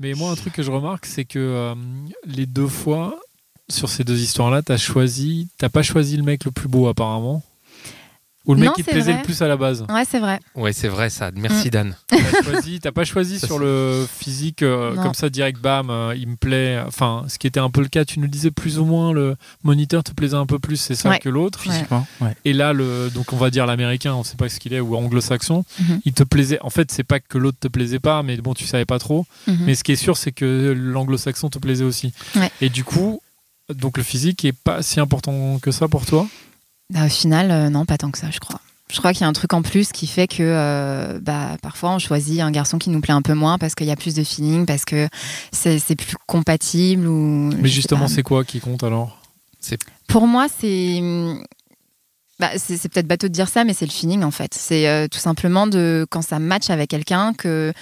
Speaker 2: Mais moi, un truc que je remarque, c'est que euh, les deux fois, sur ces deux histoires-là, t'as choisi, t'as pas choisi le mec le plus beau apparemment, ou le mec
Speaker 4: Non,
Speaker 2: qui te
Speaker 4: c'est
Speaker 2: plaisait
Speaker 4: vrai.
Speaker 2: le plus à la base.
Speaker 4: Ouais, c'est vrai.
Speaker 3: Ouais, c'est vrai, ça.
Speaker 4: Mm.
Speaker 3: Merci, Dan.
Speaker 2: T'as choisi- T'as pas choisi
Speaker 3: Ça,
Speaker 2: sur le physique euh,
Speaker 4: Non.
Speaker 2: comme ça direct, bam, euh, il me plaît. Enfin, ce qui était un peu le cas, tu nous disais plus ou moins le moniteur te plaisait un peu plus, c'est ça
Speaker 4: Ouais.
Speaker 2: que l'autre.
Speaker 1: Physiquement, ouais.
Speaker 2: Et là, le, donc on va dire l'américain, on sait pas ce qu'il est, ou anglo-saxon,
Speaker 4: Mhm.
Speaker 2: il te plaisait. En fait, c'est pas que l'autre te plaisait pas, mais bon, tu savais pas trop.
Speaker 4: Mhm.
Speaker 2: Mais ce qui est sûr, c'est que l'anglo-saxon te plaisait aussi.
Speaker 4: Ouais.
Speaker 2: Et du coup, donc le physique est pas si important que ça pour toi.
Speaker 4: Bah, au final, euh, non, pas tant que ça, je crois. Je crois qu'il y a un truc en plus qui fait que euh, bah, parfois on choisit un garçon qui nous plaît un peu moins parce qu'il y a plus de feeling, parce que c'est c'est plus compatible. Ou, je
Speaker 2: Mais
Speaker 4: sais
Speaker 2: justement,
Speaker 4: pas.
Speaker 2: c'est quoi qui compte alors
Speaker 4: Pour moi, c'est. hum, bah, c'est c'est peut-être bateau de dire ça, mais c'est le feeling en fait. C'est euh, tout simplement de quand ça match avec quelqu'un que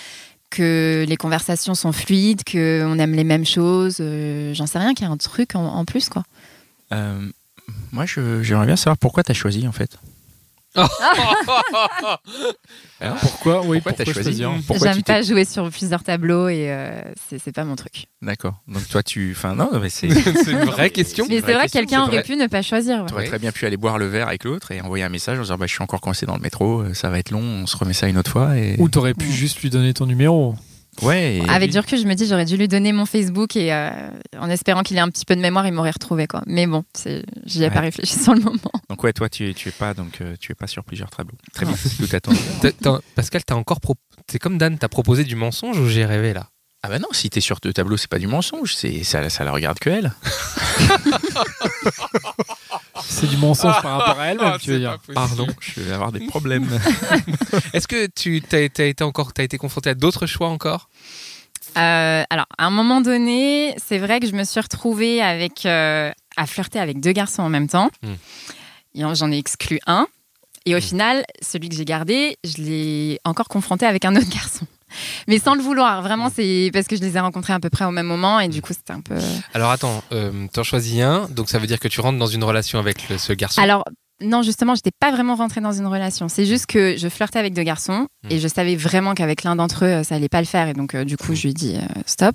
Speaker 4: que les conversations sont fluides, que on aime les mêmes choses. euh, J'en sais rien, qu'il y a un truc en, en plus quoi.
Speaker 1: Euh, moi, je- j'aimerais bien savoir pourquoi t'as choisi en fait.
Speaker 2: Pourquoi Oui,
Speaker 1: Pourquoi t'as
Speaker 2: pourquoi
Speaker 1: choisi
Speaker 2: choisir
Speaker 1: Pourquoi
Speaker 4: J'aime
Speaker 1: tu t'es-
Speaker 4: pas jouer sur plusieurs tableaux et euh, c'est c'est pas mon truc.
Speaker 1: D'accord. Donc toi, tu. Enfin, non, mais c'est.
Speaker 3: c'est une vraie question.
Speaker 4: Mais c'est vrai que quelqu'un aurait
Speaker 3: vrai.
Speaker 4: pu ne pas choisir. ouais.
Speaker 1: T'aurais très bien pu aller boire le verre avec l'autre et envoyer un message en disant bah, Je suis encore coincé dans le métro, euh, ça va être long, on se remet ça une autre fois. Et...
Speaker 4: Mm.
Speaker 2: Ou t'aurais pu juste lui donner ton numéro.
Speaker 1: Ouais. et-
Speaker 4: Avec du recul, je me dis, j'aurais dû lui donner mon Facebook et euh, en espérant qu'il ait un petit peu de mémoire, il m'aurait retrouvé. Quoi. Mais bon, c'est- j'y ai
Speaker 1: Ouais.
Speaker 4: pas réfléchi sur le moment.
Speaker 1: Donc ouais, toi tu, tu es pas donc euh, tu es pas sur plusieurs tableaux. Très bien, c'est tout attendu.
Speaker 3: T'as- t'as- Pascal, t'as encore pro- c'est comme Dan, t'as proposé du mensonge ou j'ai rêvé là
Speaker 1: Ah bah non, si t'es sur deux tableaux, c'est pas du mensonge, c'est ça, ça la regarde que elle.
Speaker 2: C'est du mensonge par rapport à
Speaker 1: Ah,
Speaker 2: elle-même, Ah, tu veux dire.
Speaker 1: Pardon, je vais avoir des problèmes.
Speaker 3: Est-ce que tu t'as, t'as été encore t'as été confronté à d'autres choix encore
Speaker 4: Euh, alors, à un moment donné, c'est vrai que je me suis retrouvée avec, euh, à flirter avec deux garçons en même temps.
Speaker 3: Hmm.
Speaker 4: Et en- J'en ai exclu un. Et au
Speaker 3: Hmm.
Speaker 4: final, celui que j'ai gardé, je l'ai encore confronté avec un autre garçon. Mais sans le vouloir, vraiment,
Speaker 3: Hmm.
Speaker 4: c'est parce que je les ai rencontrés à peu près au même moment et du
Speaker 3: Hmm.
Speaker 4: coup, c'était un peu.
Speaker 3: Alors attends, euh, t'en choisis un, donc ça veut dire que tu rentres dans une relation avec le- ce garçon.
Speaker 4: Alors, non, justement, j'étais pas vraiment rentrée dans une relation. C'est juste que je flirtais avec deux garçons
Speaker 3: Hmm.
Speaker 4: et je savais vraiment qu'avec l'un d'entre eux, euh, ça allait pas le faire. Et donc, euh, du
Speaker 1: Hmm.
Speaker 4: coup, je lui ai dit euh, stop.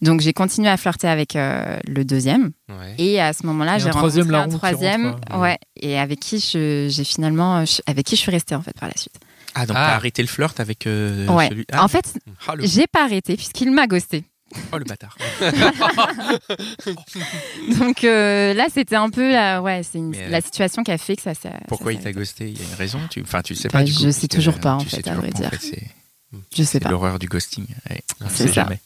Speaker 4: Donc, j'ai continué à flirter avec euh, le deuxième.
Speaker 3: Ouais.
Speaker 4: Et à ce moment-là,
Speaker 2: Et
Speaker 4: j'ai
Speaker 2: un
Speaker 4: rencontré
Speaker 2: troisième
Speaker 4: un
Speaker 2: larron qui
Speaker 4: troisième,
Speaker 2: rentre,
Speaker 3: ouais.
Speaker 1: hein.
Speaker 4: ouais, et avec qui je- j'ai finalement, euh, je- avec qui je suis restée en fait par la suite.
Speaker 1: Ah donc
Speaker 3: Ah.
Speaker 1: t'as arrêté le flirt avec euh,
Speaker 4: ouais.
Speaker 1: celui. Ah,
Speaker 4: En fait,
Speaker 1: ah, le,
Speaker 4: j'ai pas arrêté puisqu'il m'a ghosté.
Speaker 1: oh, le bâtard.
Speaker 4: Donc euh, là, c'était un peu la, ouais, c'est une-
Speaker 1: Mais, euh,
Speaker 4: la situation qui a fait que ça. ça-
Speaker 1: Pourquoi
Speaker 4: ça
Speaker 1: il t'a
Speaker 4: s'arrête.
Speaker 1: ghosté Il y a une raison. Tu, enfin tu le sais
Speaker 4: Bah,
Speaker 1: pas du coup.
Speaker 4: je
Speaker 1: parce
Speaker 4: sais
Speaker 1: que,
Speaker 4: toujours
Speaker 1: euh,
Speaker 4: pas, en
Speaker 1: tu
Speaker 4: fait,
Speaker 1: sais
Speaker 4: à
Speaker 1: toujours
Speaker 4: vrai
Speaker 1: pas, en
Speaker 4: dire.
Speaker 1: fait, c'est-
Speaker 4: Je sais
Speaker 1: C'est
Speaker 4: pas.
Speaker 1: l'horreur du ghosting. ouais. On
Speaker 4: C'est
Speaker 1: sait
Speaker 4: ça.
Speaker 1: jamais.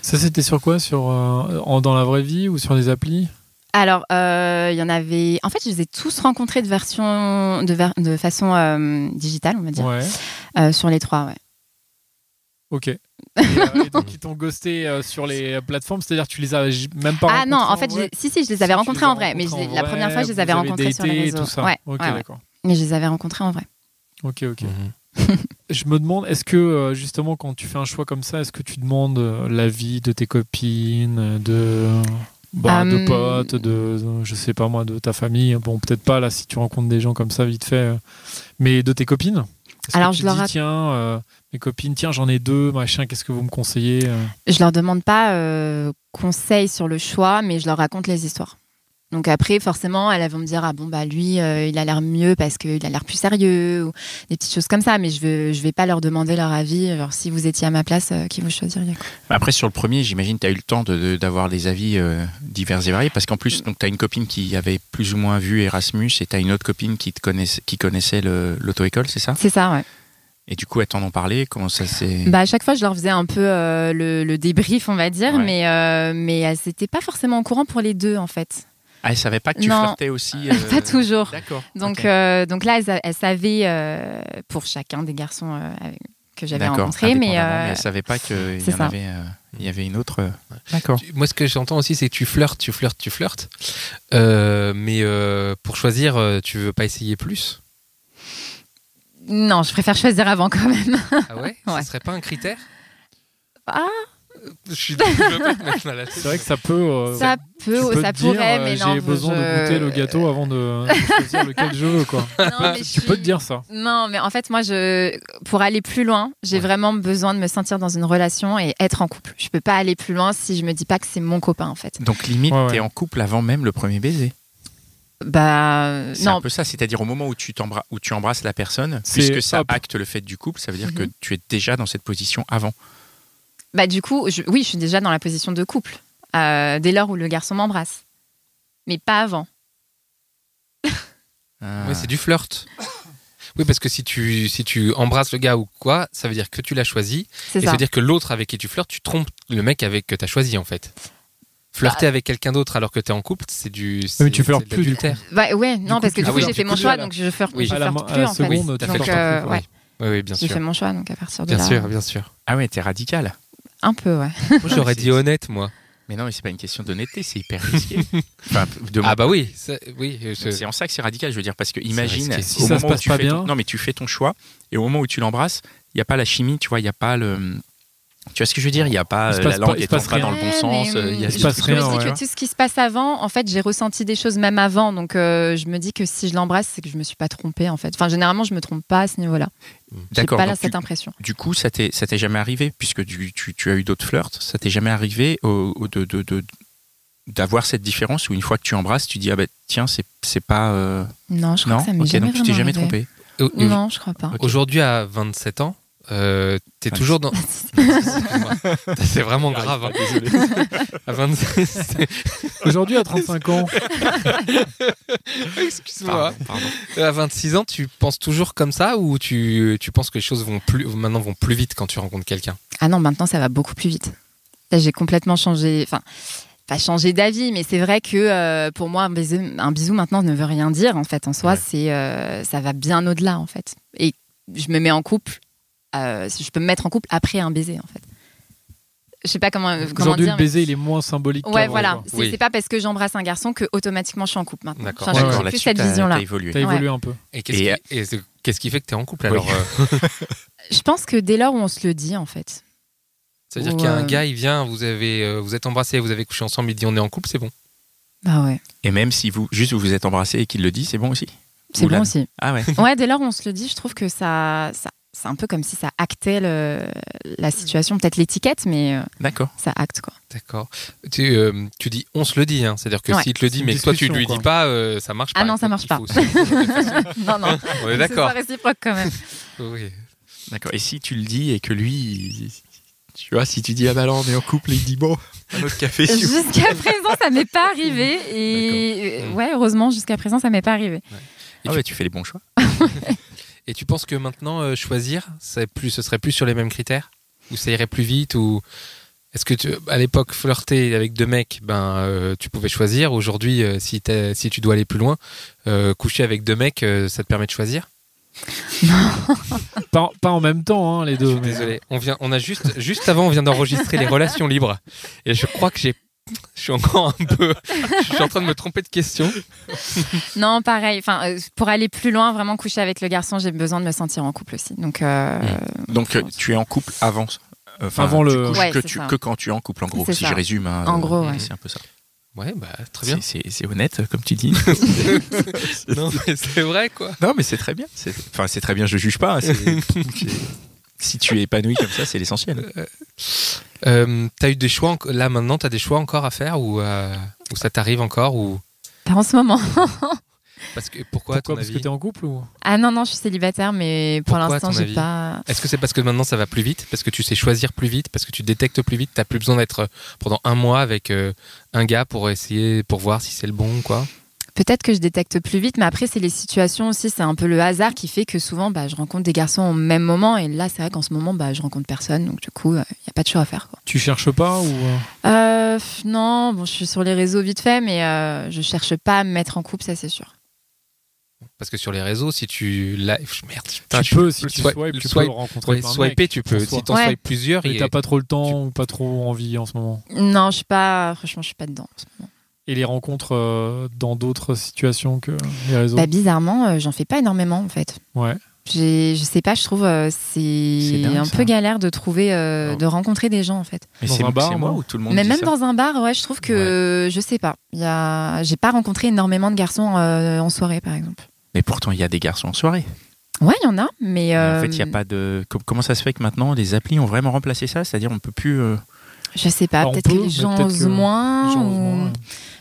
Speaker 2: Ça, c'était sur quoi Sur euh, en- dans la vraie vie ou sur des applis
Speaker 4: Alors, euh, il y en avait. En fait, je les ai tous rencontrés de version, de, ver- de façon euh, digitale, on va dire,
Speaker 2: Ouais.
Speaker 4: Euh, sur les trois. Ouais.
Speaker 2: Ok. Et, euh, et donc ils t'ont ghosté euh, sur les plateformes, c'est-à-dire tu les as j- même pas
Speaker 4: Ah non,
Speaker 2: rencontrés
Speaker 4: en fait, je
Speaker 2: vrai
Speaker 4: les- si si, je les
Speaker 2: Si, tu
Speaker 4: avais rencontrés en
Speaker 2: as
Speaker 4: vrai, mais je
Speaker 2: rencontrés
Speaker 4: les-
Speaker 2: en
Speaker 4: la
Speaker 2: vrai,
Speaker 4: première fois, je les
Speaker 2: vous
Speaker 4: avais
Speaker 2: avez
Speaker 4: rencontrés sur les
Speaker 2: daté et
Speaker 4: réseaux.
Speaker 2: Tout ça.
Speaker 4: Ouais,
Speaker 2: ok,
Speaker 4: ouais, ouais.
Speaker 2: d'accord.
Speaker 4: Mais je les avais rencontrés en vrai.
Speaker 2: Ok, ok.
Speaker 3: Mhm.
Speaker 2: Je me demande, est-ce que euh, justement quand tu fais un choix comme ça, est-ce que tu demandes euh, l'avis de tes copines, euh, de, bah, de
Speaker 4: Hum.
Speaker 2: potes, de, de- je sais pas moi, de ta famille Bon, peut-être pas là si tu rencontres des gens comme ça vite fait, euh, mais de tes copines Est-ce que
Speaker 4: Alors,
Speaker 2: tu
Speaker 4: je leur
Speaker 2: dis,
Speaker 4: rapp-
Speaker 2: tiens, euh, mes copines, tiens, j'en ai deux, machin, qu'est-ce que vous me conseillez euh
Speaker 4: Je leur demande pas euh, conseil sur le choix, mais je leur raconte les histoires. Donc après, forcément, elles vont me dire ah bon bah lui, euh, il a l'air mieux parce qu'il a l'air plus sérieux ou des petites choses comme ça. Mais je veux, je vais pas leur demander leur avis. Genre si vous étiez à ma place, euh, qui vous choisiriez quoi.
Speaker 1: Bah, Après, sur le premier, j'imagine, tu as eu le temps de- de- d'avoir des avis euh, divers et variés, parce qu'en plus, tu as une copine qui avait plus ou moins vu Erasmus, et tu as une autre copine qui, te connaissait, qui connaissait le- l'auto-école, c'est ça
Speaker 4: C'est ça, ouais.
Speaker 1: Et du coup, elles t'en ont parlé, comment ça s'est...
Speaker 2: Mm.
Speaker 4: Bah à chaque fois, je leur faisais un peu euh, le, le débrief, on va dire,
Speaker 1: Ouais.
Speaker 4: mais euh, mais elles n'étaient pas forcément au courant pour les deux en fait.
Speaker 1: Ah, elles savaient pas que tu
Speaker 4: Non.
Speaker 1: flirtais aussi euh,
Speaker 4: Pas toujours.
Speaker 1: D'accord.
Speaker 4: Donc
Speaker 1: Ok.
Speaker 4: euh, donc là, elles, a- elles savaient euh, pour chacun des garçons euh, avec- que j'avais
Speaker 1: D'accord, Ah,
Speaker 4: rencontrés, mais,
Speaker 1: indépendamment,
Speaker 4: euh,
Speaker 1: elles savaient pas qu'il y,
Speaker 4: c'est
Speaker 1: en
Speaker 4: ça.
Speaker 1: avait, euh, il y avait une autre... euh, D'accord.
Speaker 3: Tu- Moi, ce que j'entends aussi, c'est que tu flirtes, tu flirtes, tu flirtes. Euh, mais euh, pour choisir, euh, tu veux pas essayer plus
Speaker 4: Non, je préfère choisir avant quand même.
Speaker 3: Ah ouais,
Speaker 4: Ouais.
Speaker 3: Ce serait pas un critère Euh,
Speaker 4: Ah.
Speaker 3: Je suis je veux pas te mettre mal à
Speaker 2: C'est vrai que ça peut. euh,
Speaker 4: Ça
Speaker 2: tu
Speaker 4: peut,
Speaker 2: peux
Speaker 4: ça
Speaker 2: te dire,
Speaker 4: pourrait,
Speaker 2: euh,
Speaker 4: mais non.
Speaker 2: J'ai besoin
Speaker 4: je-
Speaker 2: de goûter le gâteau avant de, de choisir lequel je veux, quoi.
Speaker 4: Non, mais je
Speaker 2: Tu peux te
Speaker 4: suis-
Speaker 2: dire ça.
Speaker 4: Non, mais en fait, moi, je, pour aller plus loin, j'ai
Speaker 3: Ouais.
Speaker 4: vraiment besoin de me sentir dans une relation et être en couple. Je peux pas aller plus loin si je me dis pas que c'est mon copain, en fait.
Speaker 1: Donc limite,
Speaker 2: Ouais, ouais.
Speaker 1: tu es en couple avant même le premier baiser.
Speaker 4: Bah, euh,
Speaker 1: C'est
Speaker 4: non.
Speaker 1: un peu ça, c'est-à-dire au moment où tu, t'embra- où tu embrasses la personne,
Speaker 2: C'est
Speaker 1: puisque ça
Speaker 2: hop.
Speaker 1: acte le fait du couple, ça veut dire
Speaker 4: Mhm.
Speaker 1: que tu es déjà dans cette position avant.
Speaker 4: Bah, du coup, je- oui, je suis déjà dans la position de couple euh, dès lors où le garçon m'embrasse, mais pas avant.
Speaker 1: Ah.
Speaker 3: Ouais, c'est du flirt. Oui, parce que si tu, si tu embrasses le gars ou quoi, ça veut dire que tu l'as choisi.
Speaker 4: C'est
Speaker 3: Et
Speaker 4: ça.
Speaker 3: ça veut dire que l'autre avec qui tu flirtes, tu trompes le mec avec que tu as choisi, en fait.
Speaker 4: Bah.
Speaker 3: Flirter avec quelqu'un d'autre alors que tu es en couple, c'est du.
Speaker 2: mais
Speaker 3: c'est-
Speaker 2: tu flirtes
Speaker 3: c'est de
Speaker 2: plus, du
Speaker 3: l'adultère.
Speaker 4: Bah, ouais, non,
Speaker 2: coup,
Speaker 4: parce que
Speaker 2: tu-
Speaker 4: du
Speaker 3: ah
Speaker 4: coup,
Speaker 3: oui,
Speaker 4: j'ai
Speaker 3: du
Speaker 4: fait
Speaker 2: coup,
Speaker 4: mon
Speaker 2: tu
Speaker 4: choix,
Speaker 2: as la-
Speaker 4: donc je flirte,
Speaker 3: Oui.
Speaker 4: je
Speaker 2: À la
Speaker 4: flirte
Speaker 2: main- à
Speaker 4: plus
Speaker 2: la
Speaker 4: en fait.
Speaker 2: seconde,
Speaker 3: Oui, t'as
Speaker 4: Donc,
Speaker 3: fait
Speaker 4: euh,
Speaker 2: ton
Speaker 4: ouais,
Speaker 3: Oui, oui, bien
Speaker 4: j'ai fait
Speaker 3: sûr.
Speaker 4: mon choix, donc à partir de
Speaker 3: Bien
Speaker 4: là,
Speaker 3: sûr, bien sûr.
Speaker 1: Ah ouais, t'es radical.
Speaker 4: un peu, ouais.
Speaker 3: J'aurais dit honnête, moi.
Speaker 1: oh, Mais non, mais c'est pas une question d'honnêteté, c'est hyper risqué. Enfin, de mon-
Speaker 3: Ah bah oui, ça- oui. je-
Speaker 1: C'est en ça que c'est radical, je veux dire, parce que imagine,
Speaker 3: risqué.
Speaker 1: au
Speaker 3: Si
Speaker 2: ça se
Speaker 1: moment où
Speaker 2: passe
Speaker 1: tu
Speaker 2: pas
Speaker 1: fais ton-
Speaker 2: bien-
Speaker 1: non mais tu fais ton choix, et au moment où tu l'embrasses, il n'y a pas la chimie, tu vois, il n'y a pas le... Tu vois ce que je veux dire Il n'y a pas
Speaker 2: Il se
Speaker 1: euh,
Speaker 2: passe
Speaker 1: la
Speaker 2: pas-
Speaker 1: langue
Speaker 2: il se
Speaker 1: étant
Speaker 2: passe
Speaker 1: pas dans le
Speaker 4: rien.
Speaker 1: bon sens.
Speaker 4: Ouais,
Speaker 1: euh, il y a
Speaker 4: mais
Speaker 1: ce
Speaker 2: il se passe
Speaker 1: truc-
Speaker 4: Je me
Speaker 2: rien,
Speaker 4: dis
Speaker 2: ouais.
Speaker 4: que tout ce qui se passe avant, en fait, j'ai ressenti des choses même avant. Donc, euh, je me dis que si je l'embrasse, c'est que je me suis pas trompée, en fait. Enfin, généralement, je me trompe pas à ce niveau-là. J'ai
Speaker 1: D'accord,
Speaker 4: pas là
Speaker 1: donc
Speaker 4: cette
Speaker 1: tu-
Speaker 4: impression.
Speaker 1: du coup, ça t'est ça t'est jamais arrivé, puisque du- tu, tu as eu d'autres flirts, ça t'est jamais arrivé au- au- de- de- de- d'avoir cette différence où une fois que tu embrasses, tu dis, ah ben tiens, c'est c'est pas... euh,
Speaker 4: Non, je crois
Speaker 1: Non
Speaker 4: que ça m'est
Speaker 1: Ok,
Speaker 4: jamais
Speaker 1: donc tu t'es
Speaker 4: vraiment
Speaker 1: jamais
Speaker 4: arrivé.
Speaker 1: trompé.
Speaker 3: Et- et
Speaker 4: Non, je crois pas.
Speaker 1: Ok.
Speaker 3: Aujourd'hui, à 27 ans, euh, t'es
Speaker 1: Vingt-
Speaker 3: toujours dans. Excuse-moi. C'est vraiment grave. hein. À 26, t'es-
Speaker 2: Aujourd'hui, à 35 ans,
Speaker 3: excuse-moi. Euh, À 26 ans, tu penses toujours comme ça ou tu, tu penses que les choses vont plus maintenant vont plus vite quand tu rencontres quelqu'un
Speaker 4: Ah non, maintenant ça va beaucoup plus vite. Là, j'ai complètement changé, enfin, pas changé d'avis, mais c'est vrai que euh, pour moi, un bisou, un bisou maintenant ne veut rien dire en fait. En soi,
Speaker 3: Ouais.
Speaker 4: c'est, euh, ça va bien au-delà en fait. Et je me mets en couple, euh, je peux me mettre en couple après un baiser en fait. Je sais pas comment, Euh, comment
Speaker 2: aujourd'hui,
Speaker 4: dire.
Speaker 2: le
Speaker 4: mais-
Speaker 2: baiser, il est moins symbolique.
Speaker 4: Ouais,
Speaker 2: qu'avant,
Speaker 4: voilà.
Speaker 2: quoi.
Speaker 4: C'est
Speaker 3: Oui.
Speaker 4: c'est pas parce que j'embrasse un garçon que automatiquement je suis en couple maintenant.
Speaker 3: D'accord.
Speaker 4: Enfin,
Speaker 2: Ouais,
Speaker 4: j'ai- j'ai
Speaker 2: ouais.
Speaker 1: là-dessus,
Speaker 4: plus cette
Speaker 1: t'as-
Speaker 4: vision-là.
Speaker 1: t'as évolué.
Speaker 2: T'as évolué un peu.
Speaker 3: Et qu'est-ce
Speaker 4: euh,
Speaker 1: Et-
Speaker 3: qui, et c'est- qu'est-ce qui fait que t'es en couple
Speaker 1: Oui.
Speaker 3: alors euh,
Speaker 4: Je pense que dès lors où on se le dit en fait.
Speaker 3: C'est-à-dire qu'il y a un
Speaker 4: Ouais.
Speaker 3: gars, il vient, vous avez, euh, vous êtes embrassés, vous avez couché ensemble, il dit on est en couple, c'est bon.
Speaker 4: Bah ouais,
Speaker 1: Et même si vous juste vous vous êtes embrassé et qu'il le dit, c'est bon aussi.
Speaker 4: c'est
Speaker 1: Oula.
Speaker 4: bon aussi.
Speaker 1: Ah ouais.
Speaker 4: Ouais, dès lors où on se le dit, je trouve que ça, ça c'est un peu comme si ça actait le- la situation, peut-être l'étiquette, mais euh,
Speaker 1: D'accord.
Speaker 4: ça acte quoi.
Speaker 3: D'accord. Tu, euh, tu dis on se le dit, hein. c'est-à-dire que
Speaker 4: Ouais.
Speaker 3: s'il te le
Speaker 2: C'est
Speaker 3: dit,
Speaker 2: une
Speaker 3: mais que toi tu lui
Speaker 2: discussion,
Speaker 3: dis
Speaker 2: quoi.
Speaker 3: pas, euh, ça marche pas.
Speaker 4: Ah non, ça
Speaker 3: Il
Speaker 4: marche
Speaker 3: faut-
Speaker 4: pas.
Speaker 3: il faut se-
Speaker 4: non,
Speaker 3: on
Speaker 4: non.
Speaker 3: est d'accord.
Speaker 4: C'est réciproque quand même.
Speaker 3: Oui.
Speaker 1: D'accord. Et si tu le dis et que lui, il- tu vois, si tu dis ah bah là on est en couple, il dit bon, un autre café. s'il vous plaît.
Speaker 4: jusqu'à présent, ça m'est pas arrivé. Et
Speaker 3: D'accord.
Speaker 4: euh, ouais, heureusement, jusqu'à présent, ça m'est pas arrivé.
Speaker 1: Ah ouais, tu fais les bons choix.
Speaker 3: Et tu penses que maintenant euh, choisir, c'est plus, ce serait plus sur les mêmes critères, ou ça irait plus vite, ou est-ce que tu, à l'époque flirter avec deux mecs, ben euh, tu pouvais choisir. Aujourd'hui, euh, si, t'as- si tu dois aller plus loin, euh, coucher avec deux mecs, euh, ça te permet de choisir.
Speaker 2: Pas, pas en même temps, hein, les deux. mais-
Speaker 3: Désolé, on vient, on a juste, juste avant, on vient d'enregistrer les relations libres, et je crois que j'ai, je suis encore un peu, je suis en train de me tromper de question.
Speaker 4: Non, pareil. Enfin, euh, pour aller plus loin, vraiment coucher avec le garçon, j'ai besoin de me sentir en couple aussi. Donc, euh,
Speaker 3: Mm.
Speaker 1: Donc euh, tu es en couple avant. Enfin,
Speaker 2: Avant
Speaker 1: tu
Speaker 2: le-
Speaker 1: couches
Speaker 4: Ouais,
Speaker 1: que,
Speaker 4: c'est
Speaker 1: tu-
Speaker 4: ça.
Speaker 1: que quand tu es en couple, en gros,
Speaker 4: C'est
Speaker 1: si
Speaker 4: ça.
Speaker 1: je résume. hein,
Speaker 4: En
Speaker 1: euh,
Speaker 4: gros, ouais.
Speaker 1: C'est un peu ça.
Speaker 3: Ouais, bah très bien.
Speaker 1: C'est- C'est c'est honnête, comme tu dis.
Speaker 3: Non, mais c'est vrai quoi.
Speaker 1: Non, mais c'est très bien. C'est- Enfin, c'est très bien, je juge pas. hein, c'est- c'est- si tu es épanoui comme ça, c'est l'essentiel.
Speaker 3: Euh, t'as eu des choix en- là maintenant t'as des choix encore à faire ou, euh, ou ça t'arrive encore ou
Speaker 4: pas en ce moment.
Speaker 3: parce que pourquoi, à
Speaker 2: Pourquoi
Speaker 3: ton
Speaker 2: Parce que
Speaker 3: avis
Speaker 2: t'es en couple ou
Speaker 4: Ah non, non, je suis célibataire, mais pour
Speaker 3: Pourquoi, à
Speaker 4: l'instant,
Speaker 3: ton
Speaker 4: j'ai
Speaker 3: avis
Speaker 4: pas.
Speaker 3: est-ce que c'est parce que maintenant ça va plus vite parce que tu sais choisir plus vite parce que tu détectes plus vite t'as plus besoin d'être euh, pendant un mois avec euh, un gars pour essayer pour voir si c'est le bon ou quoi
Speaker 4: Peut-être que je détecte plus vite, mais après, c'est les situations aussi. C'est un peu le hasard qui fait que souvent, bah, je rencontre des garçons au même moment. Et là, c'est vrai qu'en ce moment, bah, je rencontre personne. Donc, du coup, il n'y a pas de choix à faire. Quoi.
Speaker 2: Tu cherches pas ou euh,
Speaker 4: Euh, pff, non, bon, je suis sur les réseaux vite fait, mais euh, je cherche pas à me mettre en couple, ça, c'est sûr.
Speaker 3: parce que sur les réseaux si tu live merde putain, je-
Speaker 2: Tu peux, si tu
Speaker 3: swipe-
Speaker 2: swipes, tu peux
Speaker 3: swipe-
Speaker 2: le rencontrer.
Speaker 3: ouais,
Speaker 2: par un
Speaker 3: swiper,
Speaker 2: mec,
Speaker 3: tu peux
Speaker 2: en
Speaker 3: si
Speaker 2: soi.
Speaker 3: t'en
Speaker 4: Ouais.
Speaker 3: swipes plusieurs
Speaker 2: Mais
Speaker 3: il-
Speaker 2: t'as pas trop le temps ou pas trop envie en ce moment.
Speaker 4: Non, je suis pas. Franchement, je suis pas dedans. en ce moment.
Speaker 2: Et les rencontres euh, dans d'autres situations que les réseaux.
Speaker 4: Bah, bizarrement, euh, j'en fais pas énormément, en fait.
Speaker 2: Ouais.
Speaker 4: J'ai- Je sais pas, je trouve euh,
Speaker 1: C'est
Speaker 4: c'est
Speaker 1: dingue,
Speaker 4: un
Speaker 1: ça.
Speaker 4: peu galère de trouver, euh,
Speaker 1: Non.
Speaker 4: de rencontrer des gens, en fait.
Speaker 1: Mais
Speaker 2: Dans
Speaker 1: c'est
Speaker 2: un bar,
Speaker 1: c'est moi
Speaker 2: non
Speaker 1: ou tout le monde
Speaker 4: Mais
Speaker 1: dit
Speaker 4: même
Speaker 1: ça
Speaker 4: dans un bar, ouais, je trouve que je sais pas. Il Y a... J'ai pas rencontré énormément de garçons euh, en soirée, par exemple.
Speaker 1: Mais pourtant, il y a des garçons en soirée.
Speaker 4: Ouais, il y en a, mais.
Speaker 1: En
Speaker 4: euh,
Speaker 1: fait, il y a pas de. com- Comment ça se fait que maintenant les applis ont vraiment remplacé ça C'est-à-dire, on peut plus. euh,
Speaker 4: Je sais pas,
Speaker 2: Ah, on
Speaker 4: peut-être
Speaker 2: peut,
Speaker 4: que les
Speaker 2: mais
Speaker 4: gens
Speaker 2: peut-être
Speaker 4: osent
Speaker 2: que
Speaker 4: moins.
Speaker 2: Les gens osent
Speaker 4: ou-
Speaker 2: moins, ouais.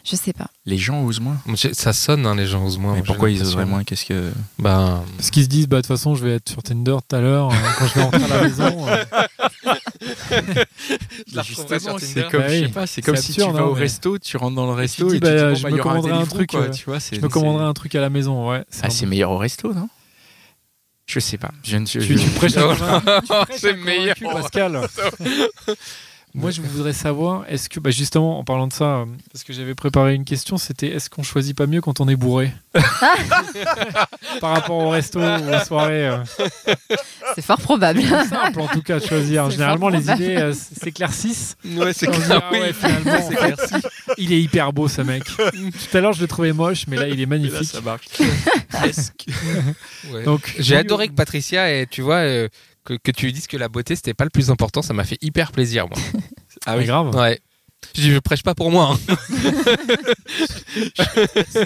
Speaker 4: Je sais pas.
Speaker 1: Les gens osent moins.
Speaker 3: ça sonne hein, les gens osent moins
Speaker 1: mais
Speaker 3: j'ai
Speaker 1: pourquoi ils
Speaker 3: l'impression.
Speaker 1: oseraient moins Qu'est-ce que
Speaker 3: ben
Speaker 2: Parce qu'ils se disent, bah, de toute façon, je vais être sur Tinder tout à l'heure, euh, quand je vais rentrer à la maison. euh.
Speaker 3: Je la retrouverai sur Tinder.
Speaker 1: c'est comme
Speaker 2: Bah
Speaker 1: je
Speaker 2: oui,
Speaker 1: sais pas, c'est
Speaker 2: c'est
Speaker 1: comme si tu
Speaker 2: absurde,
Speaker 1: vas
Speaker 2: hein,
Speaker 1: au
Speaker 2: mais-
Speaker 1: resto, tu rentres dans le resto
Speaker 2: dis,
Speaker 1: et tu
Speaker 2: bah,
Speaker 1: te dis, bon,
Speaker 2: je
Speaker 1: bah,
Speaker 2: me
Speaker 1: il y aura un
Speaker 2: commanderai un
Speaker 1: délivreau,
Speaker 2: truc,
Speaker 1: quoi,
Speaker 2: euh,
Speaker 1: tu vois, c'est-
Speaker 2: Je me commanderai un truc à la maison, ouais.
Speaker 1: Ah, c'est
Speaker 2: un-
Speaker 1: meilleur au resto, non Je sais pas. Je ne je-
Speaker 2: Tu, tu
Speaker 1: je-
Speaker 2: prêches à convaincre
Speaker 3: c'est
Speaker 2: convaincu,
Speaker 3: meilleur
Speaker 2: Pascal. Moi, je voudrais savoir, est-ce que, bah, justement, en parlant de ça, euh, parce que j'avais préparé une question, c'était est-ce qu'on choisit pas mieux quand on est bourré Par rapport au resto ou aux soirées. euh.
Speaker 4: C'est fort probable.
Speaker 2: C'est simple, en tout cas, de choisir.
Speaker 4: C'est
Speaker 2: Généralement,
Speaker 4: fort
Speaker 2: les
Speaker 4: probable.
Speaker 2: idées euh, s- s'éclaircissent.
Speaker 3: ouais c'est
Speaker 2: On se dit,
Speaker 3: clair
Speaker 2: ah
Speaker 3: oui
Speaker 2: ouais, finalement, en fait, Il est hyper beau, ce mec. Tout à l'heure, je le trouvais moche, mais là, il est
Speaker 1: Et là,
Speaker 2: magnifique.
Speaker 1: ça marche.
Speaker 3: Ouais.
Speaker 2: Donc,
Speaker 3: J'ai adoré que Patricia, et tu vois, euh, que, que tu lui dises que la beauté, c'était pas le plus important, ça m'a fait hyper plaisir, moi.
Speaker 2: Ah oui, grave.
Speaker 3: Ouais. Je dis, je prêche pas pour moi. hein. non, non,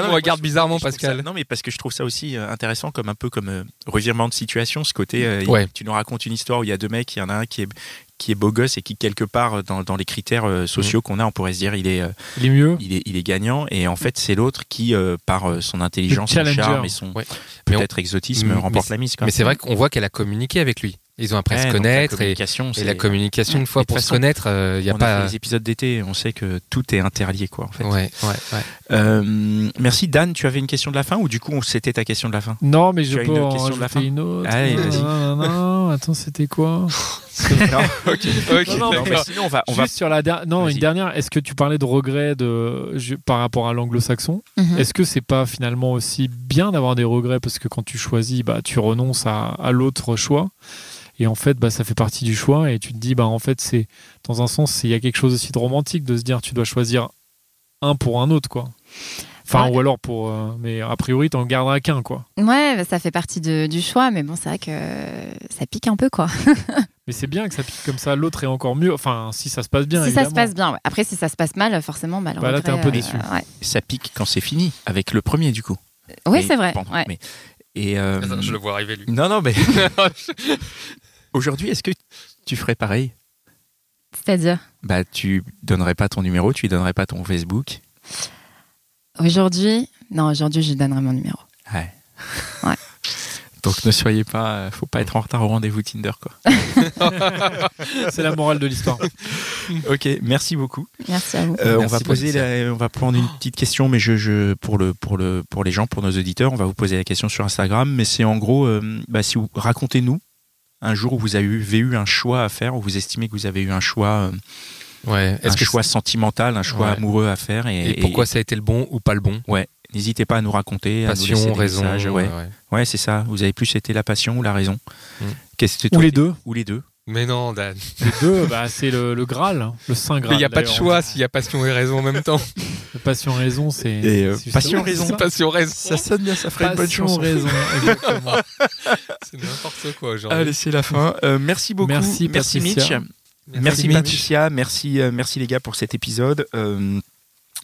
Speaker 3: on
Speaker 1: moi,
Speaker 3: regarde
Speaker 1: je-
Speaker 3: bizarrement,
Speaker 1: Je trouve ça-
Speaker 3: Pascal.
Speaker 1: non, mais parce que je trouve ça aussi euh, intéressant, comme un peu comme euh, revirement de situation, ce côté. euh, il-
Speaker 3: Ouais.
Speaker 1: Tu nous racontes une histoire où il y a deux mecs, il y en a un qui est qui est beau gosse et qui quelque part euh, dans, dans les critères
Speaker 3: Mhm.
Speaker 1: euh, sociaux qu'on a, on pourrait se dire il est euh,
Speaker 2: Il est mieux.
Speaker 1: il est il est gagnant et en fait c'est l'autre qui euh, par euh, son intelligence,
Speaker 2: Le
Speaker 1: son
Speaker 2: challenger.
Speaker 1: charme et son
Speaker 3: Ouais. Mais on-
Speaker 1: peut-être exotisme
Speaker 3: Mais-
Speaker 1: remporte
Speaker 3: mais-
Speaker 1: la mise. quoi.
Speaker 3: Mais c'est vrai qu'on voit qu'elle a communiqué avec lui. Ils ont appris à se connaître et, et la communication, une fois
Speaker 1: Et de
Speaker 3: pour
Speaker 1: toute
Speaker 3: se
Speaker 1: façon,
Speaker 3: connaître, il n'y a
Speaker 1: on
Speaker 3: pas.
Speaker 1: fait les épisodes d'été, on sait que tout est interlié, quoi, en fait.
Speaker 3: Ouais, ouais, ouais.
Speaker 1: Euh, merci, Dan. Tu avais une question de la fin ou du coup, c'était ta question de la fin
Speaker 2: Non, mais
Speaker 1: Tu
Speaker 2: je
Speaker 1: as
Speaker 2: peux
Speaker 1: une
Speaker 2: en
Speaker 1: question de la
Speaker 2: rajouter
Speaker 1: fin
Speaker 2: une autre.
Speaker 1: Allez, vas-y.
Speaker 2: Non, non, non, attends, c'était
Speaker 1: Non,
Speaker 2: quoi
Speaker 1: ok.
Speaker 3: Ok,
Speaker 2: non, mais
Speaker 3: d'accord.
Speaker 1: mais sinon, on va. On
Speaker 2: Juste
Speaker 1: va...
Speaker 2: sur la der- non,
Speaker 1: Vas-y.
Speaker 2: une dernière. Est-ce que tu parlais de regrets de... je- par rapport à l'anglo-saxon
Speaker 4: Mhm.
Speaker 2: Est-ce que c'est pas finalement aussi bien d'avoir des regrets parce que quand tu choisis, bah, tu renonces à, à l'autre choix et en fait, bah, ça fait partie du choix et tu te dis, bah, en fait, c'est dans un sens, c'est- il y a quelque chose aussi de romantique de se dire, tu dois choisir un pour un autre, quoi. Enfin,
Speaker 4: Ouais.
Speaker 2: ou alors pour, euh, mais a priori, t'en garderas qu'un, quoi.
Speaker 4: Ouais, bah, ça fait partie de- du choix, mais bon, c'est vrai que euh, ça pique un peu, quoi.
Speaker 2: Mais c'est bien que ça pique comme ça. L'autre est encore mieux. Enfin, si ça se passe bien.
Speaker 4: si ça se
Speaker 2: évidemment.
Speaker 4: passe bien. ouais. Après, si ça se passe mal, forcément, bah, le
Speaker 2: Bah, là,
Speaker 4: regret,
Speaker 2: t'es un peu
Speaker 4: euh,
Speaker 2: déçu.
Speaker 4: ouais.
Speaker 1: Ça pique quand c'est fini, avec le premier, du coup.
Speaker 4: Oui,
Speaker 1: Mais-
Speaker 4: c'est vrai.
Speaker 1: pardon,
Speaker 4: ouais.
Speaker 1: mais- Et. euh,
Speaker 3: Attends, je le vois arriver lui.
Speaker 1: Non, non, mais. Aujourd'hui, est-ce que tu ferais pareil
Speaker 4: C'est-à-dire,
Speaker 1: Bah, tu donnerais pas ton numéro, tu lui donnerais pas ton Facebook.
Speaker 4: aujourd'hui, non, aujourd'hui, je donnerai mon numéro.
Speaker 1: Ouais.
Speaker 4: Ouais.
Speaker 1: Donc ne soyez pas, euh, faut pas être en retard au rendez-vous Tinder quoi.
Speaker 2: C'est la morale de l'histoire.
Speaker 1: ok, merci beaucoup.
Speaker 4: Merci à vous.
Speaker 1: Euh, on
Speaker 3: Merci,
Speaker 1: va poser, la- on va prendre une petite question, mais je, je pour le pour le pour les gens, pour nos auditeurs, on va vous poser la question sur Instagram, mais c'est en gros, euh, bah, si vous racontez-nous un jour où vous avez eu, avez eu un choix à faire, où vous estimez que vous avez eu un choix, euh,
Speaker 3: Ouais.
Speaker 1: un
Speaker 3: Est-ce que
Speaker 1: choix sentimental, un choix
Speaker 3: Ouais.
Speaker 1: amoureux à faire, et,
Speaker 3: Et pourquoi ça a été le bon ou pas le bon
Speaker 1: et- Ouais, n'hésitez pas à nous raconter, à nous laisser
Speaker 3: Passion,
Speaker 1: des
Speaker 3: raison.
Speaker 1: messages, ouais.
Speaker 3: ouais.
Speaker 1: Ouais, c'est ça. Vous avez plus été la passion ou la raison.
Speaker 3: Mm.
Speaker 1: Qu'est-ce que
Speaker 2: Ou
Speaker 1: toi-
Speaker 2: les deux.
Speaker 1: Ou les deux.
Speaker 3: Mais non, Dan.
Speaker 2: Les deux, bah, c'est le, le Graal, hein, le Saint Graal.
Speaker 3: Il n'y a pas de
Speaker 2: d'ailleurs.
Speaker 3: choix s'il y a passion et raison en même temps.
Speaker 2: Le Passion raison, c'est.
Speaker 1: Et, euh,
Speaker 2: c'est-
Speaker 1: passion,
Speaker 2: c'est-
Speaker 1: raison.
Speaker 2: c'est ça
Speaker 3: passion, raison.
Speaker 1: sonne bien, ça
Speaker 2: Passion raison. exactement.
Speaker 3: C'est n'importe quoi aujourd'hui.
Speaker 1: Allez, c'est la fin. Euh, merci beaucoup.
Speaker 2: Merci,
Speaker 1: merci Mitch.
Speaker 2: Patricia.
Speaker 1: Merci,
Speaker 2: Mitch.
Speaker 1: Patricia. Merci, euh, merci les gars pour cet épisode. Euh,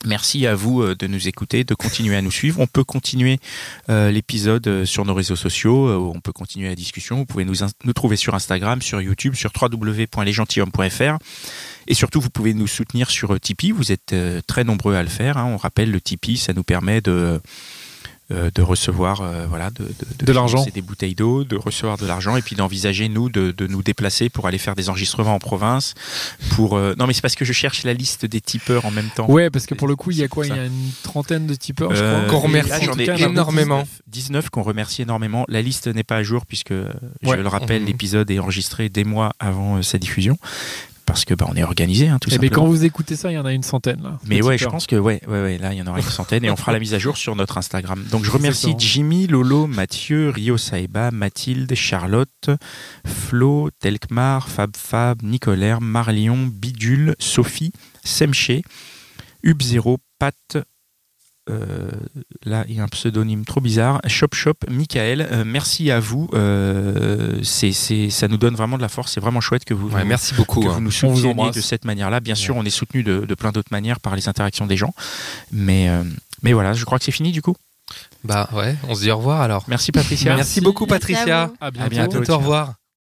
Speaker 1: Merci à vous euh, de nous écouter, de continuer à nous suivre. On peut continuer euh, l'épisode euh, sur nos réseaux sociaux, euh, on peut continuer la discussion. Vous pouvez nous, in- nous trouver sur Instagram, sur YouTube, sur www.lesgentilhommes.fr. Et surtout, vous pouvez nous soutenir sur euh, Tipeee. Vous êtes euh, très nombreux à le faire. hein. On rappelle, le Tipeee, ça nous permet de, euh, de recevoir euh, voilà, de,
Speaker 2: De l'argent.
Speaker 1: financer des bouteilles d'eau, de recevoir de l'argent et puis d'envisager, nous, de, de nous déplacer pour aller faire des enregistrements en province. Pour, euh, Non, mais c'est parce que je cherche la liste des tipeurs en même temps.
Speaker 2: Ouais, parce que pour le coup, il y a
Speaker 1: C'est
Speaker 2: quoi Il y a une trentaine de tipeurs, je
Speaker 1: Euh,
Speaker 2: crois.
Speaker 3: Qu'on
Speaker 1: et
Speaker 3: remercie
Speaker 1: là,
Speaker 2: En
Speaker 1: j'en
Speaker 2: tout
Speaker 1: ai
Speaker 2: cas, il y en a
Speaker 3: énormément.
Speaker 1: 19, 19 qu'on remercie énormément. La liste n'est pas à jour puisque, euh,
Speaker 2: Ouais.
Speaker 1: je le rappelle,
Speaker 3: Mhm.
Speaker 1: l'épisode est enregistré des mois avant euh, sa diffusion parce que bah, on est organisé, hein, tout
Speaker 2: Eh ben,
Speaker 1: simplement.
Speaker 2: quand vous écoutez ça, il y en a une centaine là.
Speaker 1: Mais
Speaker 2: de
Speaker 1: ouais, je
Speaker 2: tipeurs.
Speaker 1: pense que ouais, ouais, ouais, là, il y en aura une centaine et on fera la mise à jour sur notre Instagram. Donc je remercie
Speaker 2: Exactement.
Speaker 1: Jimmy, Lolo, Mathieu, Rio Saeba, Mathilde, Charlotte, Flo, Telkmar, Fab Fab, Nicolaire, Marlion, Bidule, Sophie, Semché, Hub Zero, Pat. euh, là, il y a un pseudonyme trop bizarre. Shop Shop, Michael, euh, merci à vous. Euh, c'est, c'est- ça nous donne vraiment de la force. C'est vraiment chouette que vous,
Speaker 3: Ouais, merci beaucoup.
Speaker 1: que
Speaker 3: hein.
Speaker 1: vous nous
Speaker 2: euh, On vous
Speaker 1: souteniez
Speaker 2: embrasse.
Speaker 1: de cette manière-là. Bien sûr, on est soutenu de, de plein d'autres manières par les interactions des gens. Mais, euh, mais voilà, je crois que c'est fini du coup.
Speaker 3: Bah ouais, on se dit au revoir alors.
Speaker 1: Merci Patricia.
Speaker 3: Merci, beaucoup
Speaker 4: Merci à
Speaker 3: Patricia.
Speaker 4: vous.
Speaker 2: À
Speaker 3: À
Speaker 2: bientôt.
Speaker 3: bientôt, au revoir.